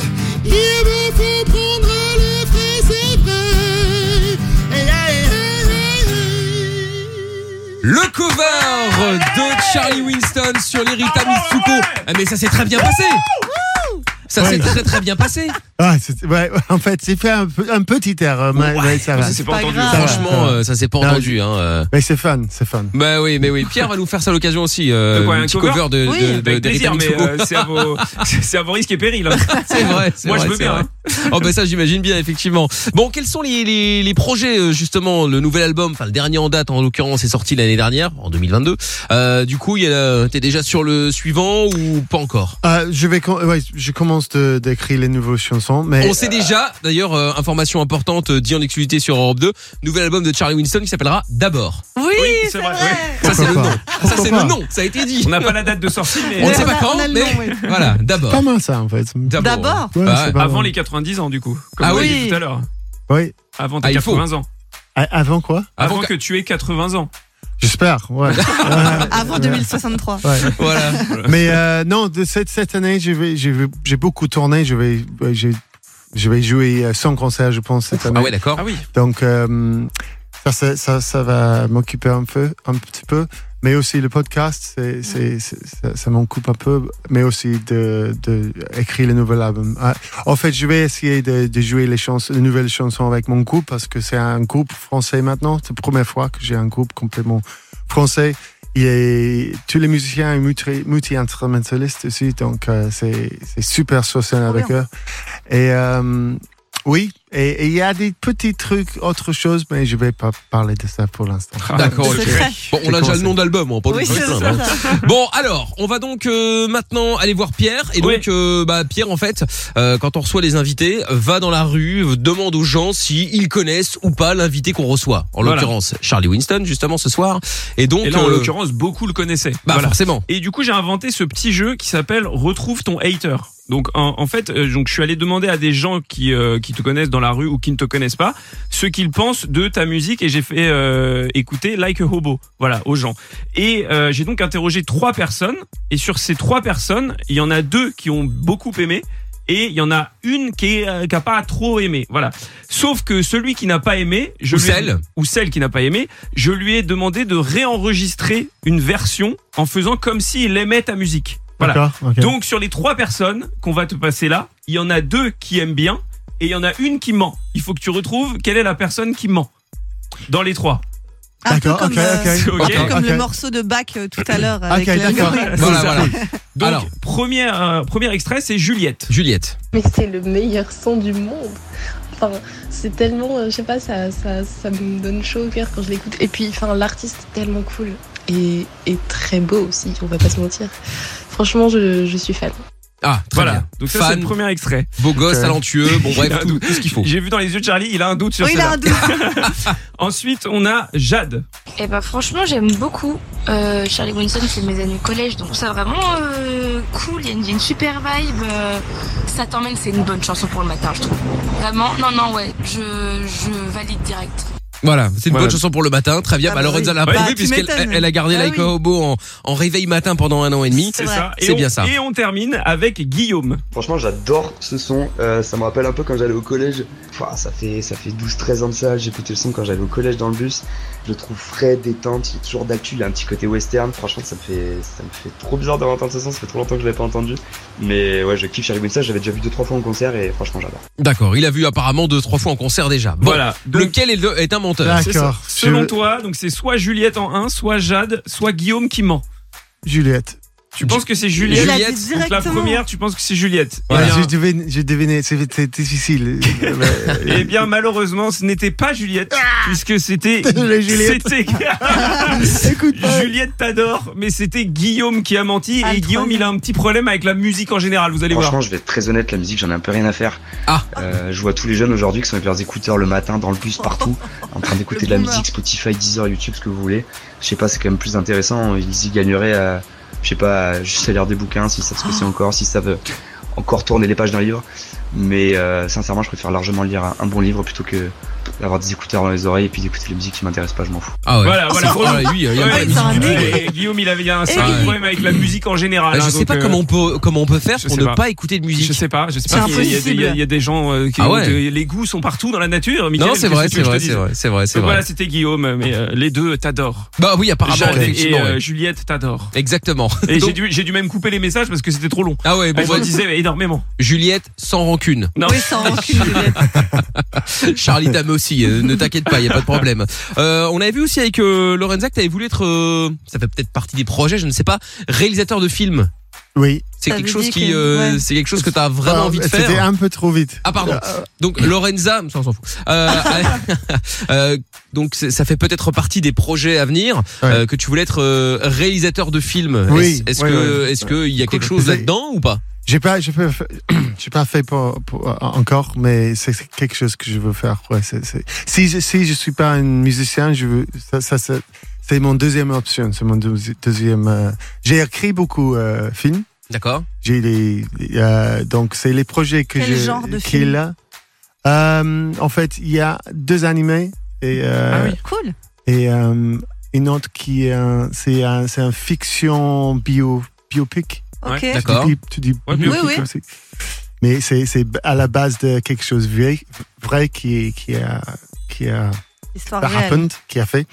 F: Il me faut prendre le frais, c'est vrai. Hey, hey, hey, hey.
B: Le cover de Charlie Winston sur les Rita Mitsuko. Ah, mais ça s'est très bien passé. Ça s'est
C: Ouais.
B: très très bien passé.
C: Ah, c'est- ouais, en fait, c'est fait un, peu- un petit air, euh, mais, mais ça va.
D: c'est pas
E: pas
D: entendu.
E: grave.
C: Ça va, ça
B: Franchement,
C: va.
B: euh, ça s'est pas
C: Non,
B: entendu. Hein. euh.
C: Mais c'est fun, c'est fun.
B: Bah oui, mais oui. Pierre va nous faire ça à l'occasion aussi. euh,
D: De quoi,
B: un
D: un
B: petit
D: cover
B: cover de,
E: Oui,
B: de, de-
D: Avec
B: des Rita
D: plaisir, mais
B: Mitsuko.
D: euh, c'est à vos, c'est à vos risques et périls. hein.
B: C'est vrai. c'est
D: Moi, je
B: vrai,
D: veux
B: c'est
D: bien, hein.
B: vrai. Oh ben ça, j'imagine bien, effectivement. Bon, quels sont les, les, les projets euh, justement Le nouvel album, enfin le dernier en date en l'occurrence, est sorti l'année dernière, en 2022. Euh, du coup, il y a, euh, t'es déjà sur le suivant ou pas encore
C: Euh, je vais, com- ouais, je commence de- d'écrire les nouvelles chansons, mais
B: On sait déjà, d'ailleurs, euh, information importante euh, dit en exclusivité sur Europe 2, nouvel album de Charlie Winston qui s'appellera D'abord.
E: Oui,
D: Oui, c'est
E: c'est
D: vrai,
E: vrai.
B: Oh, Ça c'est le
C: Pourquoi
B: nom.
C: pas
B: Ça c'est
C: Pourquoi
B: le
C: pas
B: nom. Ça a été dit.
D: On n'a pas la date de sortie, mais
B: On ne sait
E: On
B: pas
E: a-
B: quand,
E: on a le
B: mais
E: nom, oui.
B: voilà,
C: pas
B: D'abord.
C: mal ça en fait. Ouais,
E: D'abord.
B: Ouais,
C: c'est pas
D: avant
C: mal.
D: les 90 ans, du coup. Comme
B: Ah
D: on a dit
E: oui.
D: tout à l'heure.
C: Oui.
D: Avant tes
B: Ah, il faut.
D: 80 ans.
C: A- Avant quoi
B: Avant
D: Avant,
B: que-
D: que tu aies 80 ans.
C: J'espère. Ouais. Ouais,
E: Avant 2063.
C: ouais.
B: Voilà.
C: Mais euh, non, de cette, cette année, je vais- je vais- j'ai beaucoup tourné. Je vais, ouais, j'ai- je vais jouer euh, 100 concerts, je pense, cette année.
B: Ah ouais, d'accord.
D: Ah oui.
C: Donc, euh, ça, c'est- ça, ça va m'occuper un peu, un petit peu. Mais aussi le podcast, c'est, c'est, c'est- ça, ça m'en coupe un peu. Mais aussi de, de écrire le nouvel album. Ah, En fait, je vais essayer de, de jouer les, chansons, les nouvelles chansons avec mon groupe parce que c'est un groupe français maintenant. C'est la première fois que j'ai un groupe complètement français. Il est, tous les musiciens et multi- multi-instrumentalistes aussi, donc euh, c'est, c'est super social
E: Trop
C: avec
E: bien.
C: eux. Et euh, oui, et et il y a des petits trucs, autre chose, mais je vais pas parler de ça pour l'instant.
B: D'accord. ok.
E: Secret.
B: Bon, on a déjà le nom d'album, on va pas
E: Oui,
B: nous faire
E: c'est
B: plaindre,
E: ça.
B: hein. Bon, alors, on va donc euh, maintenant aller voir Pierre. Et donc,
D: Oui.
B: euh, bah, Pierre, en fait, euh, quand on reçoit les invités, va dans la rue, demande aux gens s'ils connaissent ou pas l'invité qu'on reçoit. En
D: Voilà.
B: l'occurrence, Charlie Winston, justement, ce soir. Et donc,
D: Et là, en
B: euh,
D: l'occurrence, beaucoup le connaissaient.
B: bah,
D: Voilà.
B: forcément.
D: Et du coup, j'ai inventé ce petit jeu qui s'appelle Retrouve ton hater. Donc en, en fait, euh, donc je suis allé demander à des gens qui euh, qui te connaissent dans la rue ou qui ne te connaissent pas ce qu'ils pensent de ta musique et j'ai fait euh, écouter Like a Hobo, voilà, aux gens. Et euh, j'ai donc interrogé trois personnes et sur ces trois personnes, il y en a deux qui ont beaucoup aimé et il y en a une qui est, euh, qui a pas trop aimé, voilà. Sauf que celui qui n'a pas aimé, je
B: Ou
D: lui ai-
B: celle.
D: ou celle qui n'a pas aimé, je lui ai demandé de réenregistrer une version en faisant comme s'il aimait ta musique. Voilà.
C: D'accord ok.
D: Donc sur les trois personnes qu'on va te passer là, il y en a deux qui aiment bien et il y en a une qui ment. Il faut que tu retrouves quelle est la personne qui ment dans les trois.
E: Un peu
C: D'accord,
E: comme,
C: ok,
E: euh,
C: ok.
D: C'est ok.
E: un peu comme
C: Ok.
E: le morceau de Bach euh, tout à l'heure.
C: Ok,
E: avec la-
C: d'accord.
B: Voilà, voilà.
D: Donc
B: Alors.
D: premier euh, premier extrait c'est Juliette.
B: Juliette.
H: Mais c'est le meilleur son du monde. Enfin, c'est tellement, euh, je sais pas, ça, ça, ça me donne chaud au cœur quand je l'écoute. Et puis, enfin, l'artiste est tellement cool et, et très beau aussi, on va pas se mentir. Franchement, je, je suis fan.
B: Ah, très
D: voilà.
B: bien.
D: Donc ça c'est
B: Fan,
D: le premier extrait.
B: beau gosse,
E: Euh,
C: Ok.
B: talentueux, bon bref,
D: Il a
B: tout, tout ce qu'il faut.
D: J'ai vu dans les yeux de Charlie, il a un doute sur
E: Oui, Oh, il a
D: celle-là.
E: un doute.
D: Ensuite, on a Jade.
I: Et bah franchement j'aime beaucoup euh, Charlie Winston c'est mes amis au collège donc ça vraiment euh, cool, il y a une- il y, a une super vibe, euh, ça t'emmène, c'est une bonne chanson pour le matin je trouve. Vraiment, non non ouais, je, je valide direct.
B: Voilà, c'est une
D: Voilà.
B: bonne chanson pour le matin. Très bien,
E: Ah
B: bah,
E: bah
B: Lorenza
E: oui.
B: l'a
E: Bah,
B: approuvé
E: tu
B: puisqu'elle
E: m'étonnes.
B: elle a gardé
E: Ah
B: Like
E: oui.
B: a Hobo en, en réveil matin pendant un an et demi.
E: C'est vrai.
D: ça. Et
B: C'est
D: on-
B: bien ça.
D: Et on termine avec Guillaume.
J: Franchement, j'adore ce son. Euh, ça me rappelle un peu quand j'allais au collège. Enfin, ça fait, ça fait 12-13 ans de ça. J'écoutais le son quand j'allais au collège dans le bus. Je le trouve frais, détente. Il est toujours d'actu. Il a un petit côté western. Franchement, ça me fait, ça me fait trop bizarre d'avoir entendu ce son. Ça fait trop longtemps que je l'avais pas entendu. Mais ouais, je kiffe Charlie Winston. J'avais déjà vu deux trois fois en concert et franchement, j'adore.
B: D'accord, il a vu apparemment deux trois fois en concert déjà. Bon,
D: Voilà. Donc-
B: lequel est, le- est un menteur
D: C'est ça.
C: D'accord.
D: Selon
C: Je-
D: toi, donc c'est soit Juliette en 1, soit Jade, soit Guillaume qui ment.
C: Juliette.
D: Tu penses que c'est
E: Il
D: Juliette
E: a dit
B: Juliette,
D: Donc la
E: directement.
D: première, tu penses que c'est Juliette. Eh
C: Voilà,
D: bien-
C: je devine- je devinais, c'est c'est difficile. Euh,
D: Eh bien, malheureusement, ce n'était pas Juliette, puisque c'était.
C: Désolé, Juliette.
D: C'était.
C: Écoute pas.
D: Juliette t'adore, mais c'était Guillaume qui a menti.
E: Ah,
D: et
E: trop
D: Guillaume,
E: bien.
D: il a un petit problème avec la musique en général, vous allez
J: Franchement,
D: voir.
J: je vais être très honnête. La musique, j'en ai un peu rien à faire.
B: Ah.
J: Euh, je vois tous les jeunes aujourd'hui qui sont avec leurs écouteurs le matin, dans le bus, partout, en train d'écouter de la
E: boomer.
J: musique, Spotify, Deezer, YouTube, ce que vous voulez. Je sais pas, c'est quand même plus intéressant. Ils y gagneraient, à, je sais pas, à juste à lire des bouquins, s'ils savent ce que c'est encore, s'ils savent euh, encore tourner les pages d'un livre. Mais euh, sincèrement, je préfère largement lire un, un bon livre plutôt que d'avoir des écouteurs dans les oreilles et puis d'écouter la musique qui m'intéresse pas, je m'en fous.
B: Ah ouais.
D: Voilà, voilà.
B: Ah, lui, il y a
D: Ouais,
B: pas la
E: ils
B: musique
E: sont
B: du tout.
E: un
D: Ouais, et Eh, Guillaume, il avait il a un sérieux
B: ouais.
D: problème avec la musique en général.
B: Ah,
D: hein,
B: je sais
D: donc,
B: pas
D: euh,
B: comment on peut comment on peut faire
D: je
B: pour
D: sais
B: ne
D: pas.
B: pas. écouter de musique.
D: Je sais pas, je sais
E: C'est
D: pas. Il y a- il y a des- il y, a-
E: impossible.
D: il y a des gens euh, qui
B: Ah
D: ont
B: ouais.
D: de- les goûts sont partout dans la nature. Michael,
B: non, c'est
D: qu'est-ce
B: vrai,
D: que tu
B: c'est
D: veux que
B: vrai,
D: je te
B: c'est
D: dise
B: vrai, c'est vrai, c'est
D: Donc
B: vrai.
D: voilà, c'était Guillaume, mais euh, les deux t'adorent.
B: Bah oui, apparemment.
D: Jade et
B: effectivement,
D: euh,
B: ouais.
D: Juliette t'adorent.
B: Exactement.
D: Et j'ai
B: Donc-
D: dû, j'ai dû même couper les messages parce que c'était trop long.
B: ah ouais, bon,
D: Elle
B: bah,
D: me disait énormément.
B: Juliette sans rancune.
D: Non.
E: Oui, sans rancune, Juliette.
B: Charlie Dame aussi, euh, ne t'inquiète pas, il y a pas de problème. Euh, on avait vu aussi avec euh, Lorenza que t'avais voulu être, euh, ça fait peut-être partie des projets, je ne sais pas, réalisateur de films.
C: Oui.
B: C'est
E: T'avais
B: quelque chose
E: dit
B: qui,
E: que-
B: euh,
E: ouais.
B: c'est quelque chose que t'as vraiment envie de
C: Bah, C'était
B: faire.
D: hein.
C: un peu trop vite.
B: Ah pardon.
C: euh.
B: Donc Lorenza, ça on s'en fout. Euh, euh, donc c'est- ça fait peut-être partie des projets à venir
C: Ouais.
B: euh, que tu voulais être euh, réalisateur de films.
C: Oui,
B: Est-ce est-ce
C: ouais,
B: que
C: ouais.
B: est-ce que il y a quelque chose
C: C'est-
B: là-dedans ou pas
C: J'ai pas, j'ai pas, fait- j'ai pas fait pour, pour- euh, encore, mais c'est c'est quelque chose que je veux faire. Ouais, c'est- c'est- Si je si je suis pas un musicien, je veux ça, ça, ça- c'est mon deuxième option, c'est mon deuxi- deuxième. euh, J'ai écrit beaucoup euh, films.
B: D'accord.
C: J'ai les, les, euh, donc c'est les projets que
E: Quel
C: j'ai-
E: genre de
C: qu'il
E: film
C: a. Euh, en fait, il y a deux animés et euh,
E: Ah Cool.
C: et euh, une autre qui est un- c'est un c'est un fiction bio biopic.
E: Ok.
D: Ouais,
B: D'accord.
C: Tu dis, tu dis
D: Ouais,
E: Oui,
C: biopic
E: oui.
C: aussi. Mais c'est c'est à la base de quelque chose vrai vrai qui est- qui a qui a Ah,
E: Histoire réelle.
C: happened, qui a fait.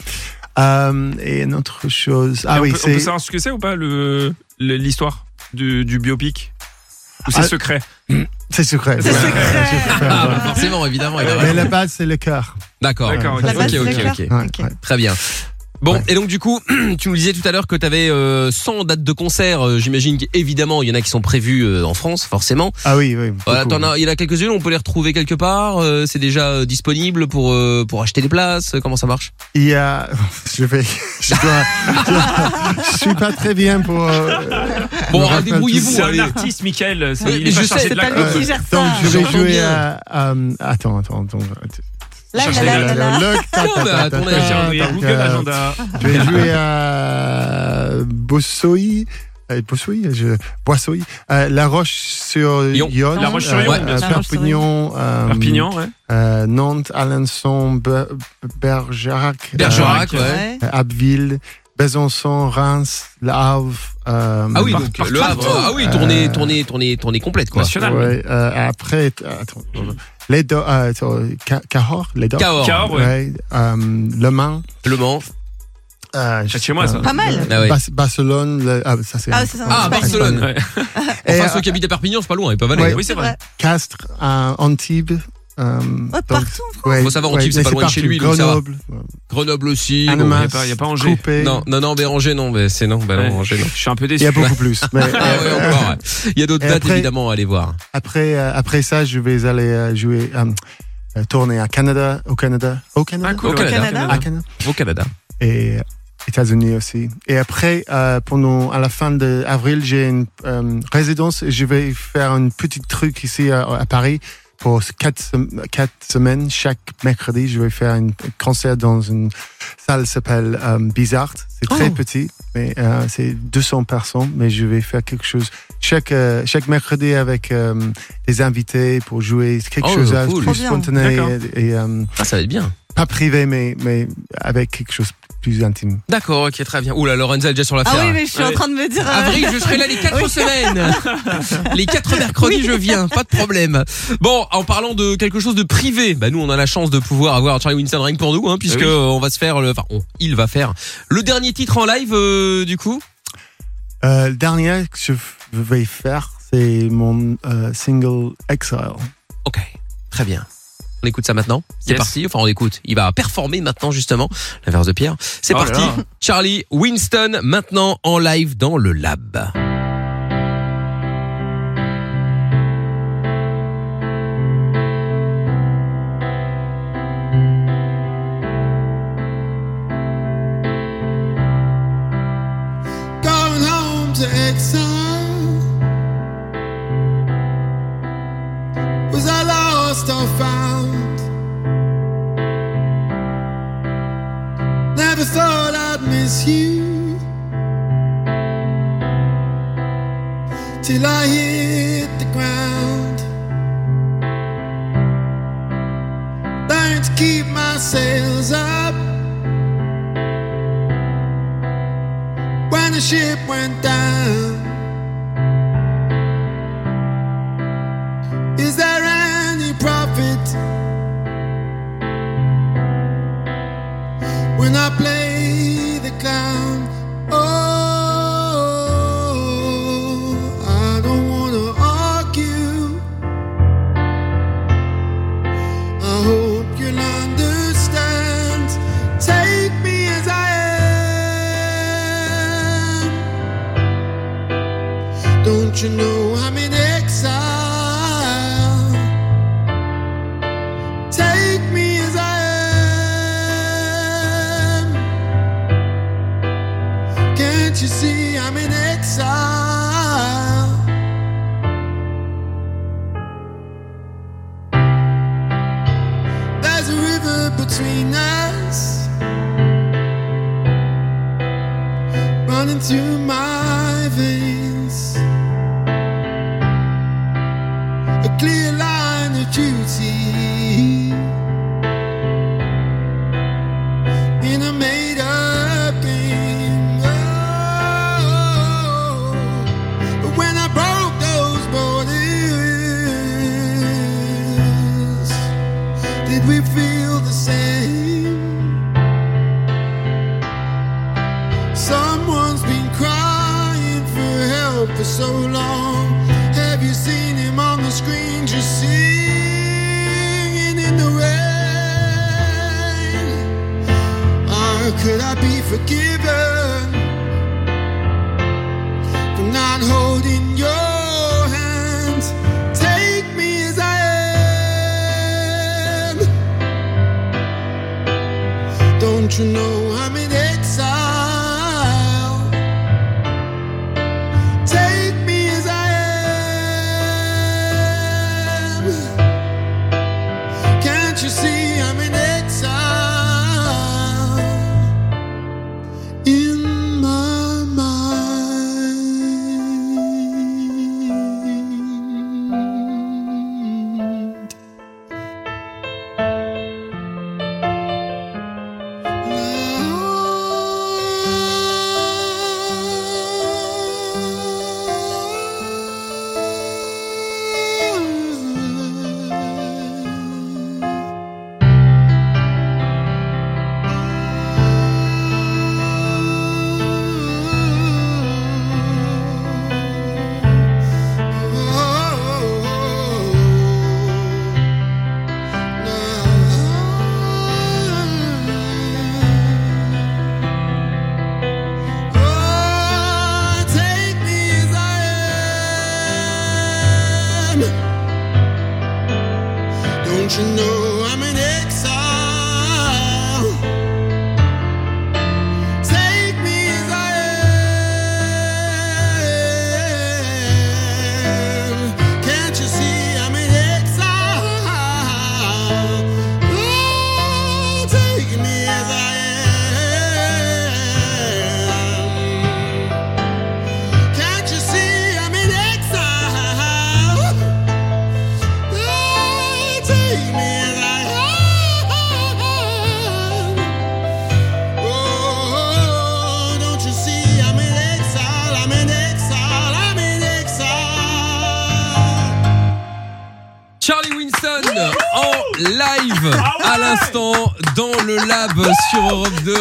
C: Euh, et une autre chose. Ah
D: Et on
C: oui,
D: peut- on peut
C: c'est
D: savoir ce que c'est ou pas le le- l'histoire du, du biopic ou c'est
C: Ah.
D: secret
C: c'est secret.
E: C'est
C: Ouais,
E: secret.
C: ouais, je préfère,
B: Ah,
C: ouais.
B: bah, forcément, évidemment. il a
C: Mais
B: raison.
C: la base c'est le cœur.
B: D'accord.
D: D'accord,
E: La base,
B: Ok,
E: c'est
B: ok,
E: le
B: ok.
E: cœur.
C: Ouais,
E: Ok.
C: ouais.
B: Très bien. Bon,
C: Ouais.
B: et donc du coup, tu nous disais tout à l'heure que tu avais 100 dates de concert. euh, J'imagine qu'évidemment, il y en a qui sont prévues euh, en France, forcément.
C: Ah oui, oui.
B: Voilà,
C: beaucoup.
B: t'en as- il y en a quelques-unes, on peut les retrouver quelque part. euh, c'est déjà euh, disponible pour, euh, pour acheter des places. euh, Comment ça marche
C: Il y a, je vais, je dois, je, suis pas très bien pour. euh,
B: Bon,
C: me
B: alors,
C: rappelle
B: débrouillez-vous.
D: C'est
B: allez.
D: un artiste, Michael. c'est-
B: Oui,
D: il est
B: je
D: pas
B: sais,
D: chargé
B: c'est
D: de la
E: pas lui
D: com.
E: qui
C: Ouais.
E: gère
C: euh, Donc
E: ça.
C: je vais
B: J'entends
C: jouer
B: bien.
C: à, euh, attends, attends, attends.
E: Là,
D: Cherchez
E: là,
D: la-
E: là, là, là.
C: Le- ta, ta, ta, ta,
B: attendez,
C: ta,
D: Tiens,
C: donc,
D: Google
C: euh,
D: Agenda.
C: Je vais jouer à Bossoi. euh, Bossoi, je, Boissoi, euh, La Roche sur
B: Lyon.
C: Yonne,
D: La Roche-sur-Yon,
C: euh,
D: bien
E: sûr.
C: Perpignan, euh,
D: Perpignan, ouais.
C: euh, Nantes, Alençon, Be- Bergerac, euh,
B: Bergerac, ouais.
E: Ouais.
C: Abbeville, Besançon, Reims, La Havre. euh,
B: Ah oui,
D: Par-
B: donc
D: par-
B: le Havre.
D: partout.
B: Ah oui, tournée,
C: Euh,
B: tournée, tournée, tournée complète, quoi.
D: National.
C: Ouais, euh, après, t- attends, les Do- euh, attends, Ca- Cahors, les Do-
B: Cahors,
D: Cahors, ouais.
C: ouais, euh, Le Mans,
B: Le Mans.
C: euh, je
D: C'est
C: sais
D: chez moi,
C: pas,
D: ça.
E: Pas mal.
B: Ah ouais.
C: Bas- Barcelone, le- ah, ça c'est.
E: Ah, c'est ça.
B: Ah,
E: c'est pas-
B: Barcelone.
D: Ouais.
C: Et,
B: Enfin,
C: euh,
B: ceux qui habitent à Perpignan, c'est pas loin, ils peuvent aller.
C: Ouais.
D: Oui, c'est vrai.
C: Castres, euh, Antibes. Euh,
E: Oh,
C: donc,
E: partout.
C: ouais,
B: Faut savoir, Antibes,
C: ouais,
B: c'est
C: mais
B: pas loin de chez
C: partout.
B: lui, donc ça va.
C: Grenoble,
B: Grenoble aussi. bon.
C: Annemasse,
D: y a pas- y a pas Angers.
C: Coupé.
B: Non, non, non, Béranger, non, mais c'est non, bah non,
D: Ouais.
B: Angers, non.
D: Je suis un peu
C: Il
D: déçu.
C: y a beaucoup plus. Mais,
B: Ah ouais,
C: euh,
B: encore, ouais. Il y a d'autres
C: Et
B: dates
C: après-
B: évidemment à aller voir.
C: Après, euh, après ça, je vais aller euh, jouer, euh, euh, tourner à Canada, au Canada, au Canada,
D: Ah, cool,
B: Au
D: ouais,
B: Canada.
C: à Canada.
B: Au Canada.
C: et euh, États-Unis aussi. Et après, euh, pendant à la fin de avril, j'ai une euh, résidence et je vais faire un petit truc ici à, à Paris pour quatre, sem- quatre semaines. Chaque mercredi, je vais faire un concert dans une salle qui s'appelle euh, Bizarre. C'est très
B: Oh.
C: petit, mais euh, c'est 200 personnes. Mais je vais faire quelque chose chaque euh, chaque mercredi avec euh, des invités pour jouer quelque
B: Oh,
C: chose à
B: cool.
E: Trop
C: plus
E: bien.
C: spontané
D: D'accord.
C: et, et, euh,
B: Ah, ça va être bien.
C: Pas privé, mais, mais avec quelque chose de plus intime.
B: D'accord, ok, très bien. Oula, Lorenza est déjà sur la
E: Ah oui, mais je suis en train de me dire. euh,
B: Avril, je serai là les 4
E: Oui.
B: semaines. Les 4 mercredis, je viens, pas de problème. Bon, en parlant de quelque chose de privé, bah nous on a la chance de pouvoir avoir Charlie Winston Ring pour nous, hein, puisque
D: Eh
C: Ah oui.
B: euh, on va se faire, le, enfin on- il va faire le dernier titre en live euh, du coup.
C: Euh, le dernier que je f- vais faire, c'est mon euh, single Exile.
B: Ok, très bien. On écoute ça maintenant. C'est
C: Yes.
B: parti. Enfin, on écoute. Il va performer maintenant justement. L'inverse de Pierre. C'est
D: Oh là
B: parti.
D: là.
B: Charlie Winston maintenant en live dans le lab.
F: going home to exile. Was I lost or found? Never thought I'd miss you till I hit the ground. Learned to keep my sails up. when the ship went down. Is there any profit when I play the clown? Oh, I don't wanna argue. I hope you'll understand. Take me as I am. Don't you know I'm in exile? Take me as I am. Can't you see I'm in exile? There's a river between us, running through my veins. A clear line of duty in a made up game. Oh, but when I broke those borders. Did we feel the same? Someone's been crying for help for so long. Have you seen him on the screen just singing in the rain? Or could I be forgiven for not holding your hand? Take me as I am. Don't you know I'm in exile? Take me as I am. Can't you see I'm in exile? In my mind. Take me as I am. Don't you know I'm in exile? Take me as I am. Can't you see I'm in exile? Oh, take me as I am. Can't you see I'm in exile? Oh, take me as I am.
B: live à l'instant dans le lab sur Europe 2.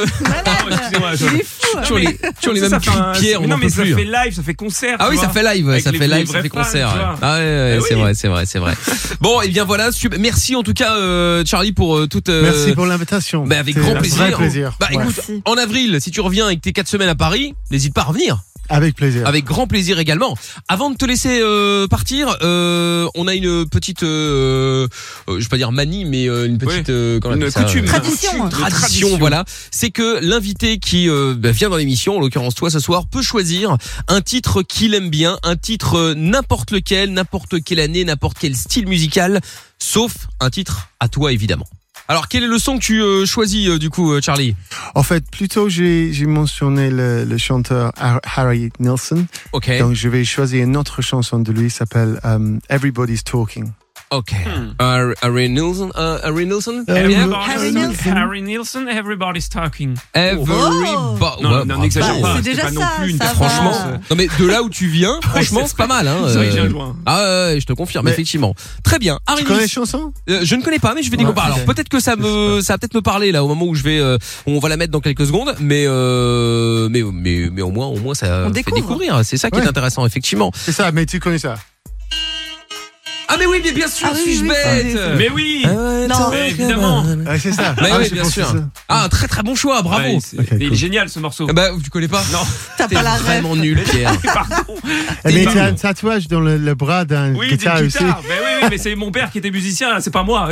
D: Excusez-moi, je-
B: Il est
D: fou,
B: Toujours Ah, les- toujours les mêmes
D: Ça, ça fait un-
B: coups de pierre,
D: mais
B: on
D: Non,
B: en
D: mais
B: peut
D: ça
B: plus. hein.
D: fait live, ça fait concert.
B: Ah
D: tu
B: oui, ça
D: vois,
B: fait live,
D: avec
B: ça
D: les-
B: fait
D: les
B: live, ça
D: vrais
B: fait
D: fans,
B: concert.
D: tu
B: ouais.
D: vois.
B: Ah ouais, ouais,
D: Eh
B: c'est
D: oui.
B: vrai, c'est vrai, c'est vrai. Bon, et bien voilà, super- merci en tout cas euh, Charlie pour euh, toute euh,
C: Merci pour l'invitation.
B: bah, avec
C: C'est
B: grand
C: un
B: plaisir.
C: vrai plaisir.
B: Bah
C: Ouais.
B: écoute, en avril, si tu reviens avec tes 4 semaines à Paris, n'hésite pas à revenir.
C: Avec plaisir.
B: Avec grand plaisir également. Avant de te laisser euh, partir, euh, on a une petite, euh, euh, je vais pas dire manie, mais euh, une petite euh, comment on
D: Une
B: appelle ça,
D: coutume.
B: euh,
D: Tradition.
B: coutume,
D: Une
B: tradition,
D: tradition.
B: Voilà, c'est que l'invité qui euh, bah, vient dans l'émission, en l'occurrence toi ce soir, peut choisir un titre qu'il aime bien, un titre euh, n'importe lequel, n'importe quelle année, n'importe quel style musical, sauf un titre à toi évidemment. Alors quel est le son que tu euh, choisis euh, du coup, euh, Charlie
C: En fait, plutôt j'ai j'ai mentionné le, le chanteur Har- Harry Nilsson.
B: Ok.
C: Donc je vais choisir une autre chanson de lui, s'appelle euh, Everybody's Talking.
B: Ok. Harry Harry Nilsson, euh, Harry Nilsson.
D: Hmm. Harry Nilsson. Harry Nilsson, everybody's talking.
B: Everybody. Bah,
D: Non, non, n'exagère pas, c'est pas non plus une performance,
B: Franchement,
D: euh,
B: non mais de là où tu viens, franchement,
D: c'est
B: c'est pas
D: vrai.
B: mal. Hein,
D: C'est vrai que
B: euh,
D: je viens de loin.
B: Ah ouais, je te confirme, effectivement. Très bien. Harry
C: Tu connais
B: Nilsson-
C: les chansons
B: Euh, Je ne connais pas, mais je vais découvrir.
C: Ouais,
B: Alors
C: ok.
B: peut-être que ça me, ça va peut-être me parler là au moment où je vais, euh, on va la mettre dans quelques secondes, mais euh, mais mais mais au moins au moins ça
C: On
B: fait
C: découvre.
B: découvrir. C'est ça qui est
C: Ouais.
B: intéressant, effectivement.
C: C'est ça, mais tu connais ça.
B: Ah mais oui, mais bien sûr, suis-je bête
D: euh,
B: Ah
D: Mais oui.
B: Non.
D: Mais évidemment.
C: Ouais, c'est ça.
B: bah. Mais
D: Ah,
B: oui,
D: j'ai
B: bien
D: pensé
B: sûr.
D: ça.
B: Ah, un très très bon choix, bravo.
D: Ouais, c'est- il est génial ce morceau.
B: Bah, tu connais pas
D: Non.
B: T'as
D: pas la ref.
B: vraiment nul, Pierre.
C: Eh, Mais
D: T'es
C: t'as
D: bon.
C: un tatouage dans le, le bras d'un
D: Oui, des
C: guitare
D: guitares.
C: aussi.
D: Mais oui, oui, mais c'est mon père qui était musicien, c'est pas moi.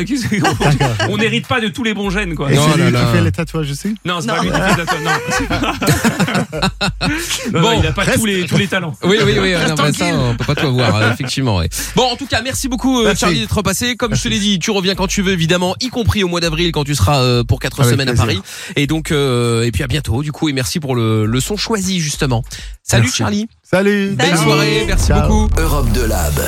D: On n'hérite pas de tous les bons gènes, quoi.
C: Et c'est lui qui fait les tatouages aussi
D: Non, c'est pas lui qui fait les tatouages, non. Non, non, il a pas tous les tous les talents.
B: Oui, oui, oui. euh, non, bah, ça,
D: Tranquille.
B: on peut pas tout avoir, euh, effectivement. ouais. Bon, en tout cas, merci beaucoup, euh,
D: Merci.
B: Charlie, d'être passé. Comme je te l'ai dit, tu reviens quand tu veux, évidemment, y compris au mois d'avril, quand tu seras euh, pour quatre
C: Avec
B: semaines à Paris.
C: plaisir.
B: Et donc, euh, et puis à bientôt, du coup, et merci pour le, le son choisi, justement. Salut,
C: Merci.
B: Charlie.
C: Salut.
B: Belle
C: Ciao.
B: soirée, merci
C: Ciao.
B: beaucoup.
A: Europe de Lab.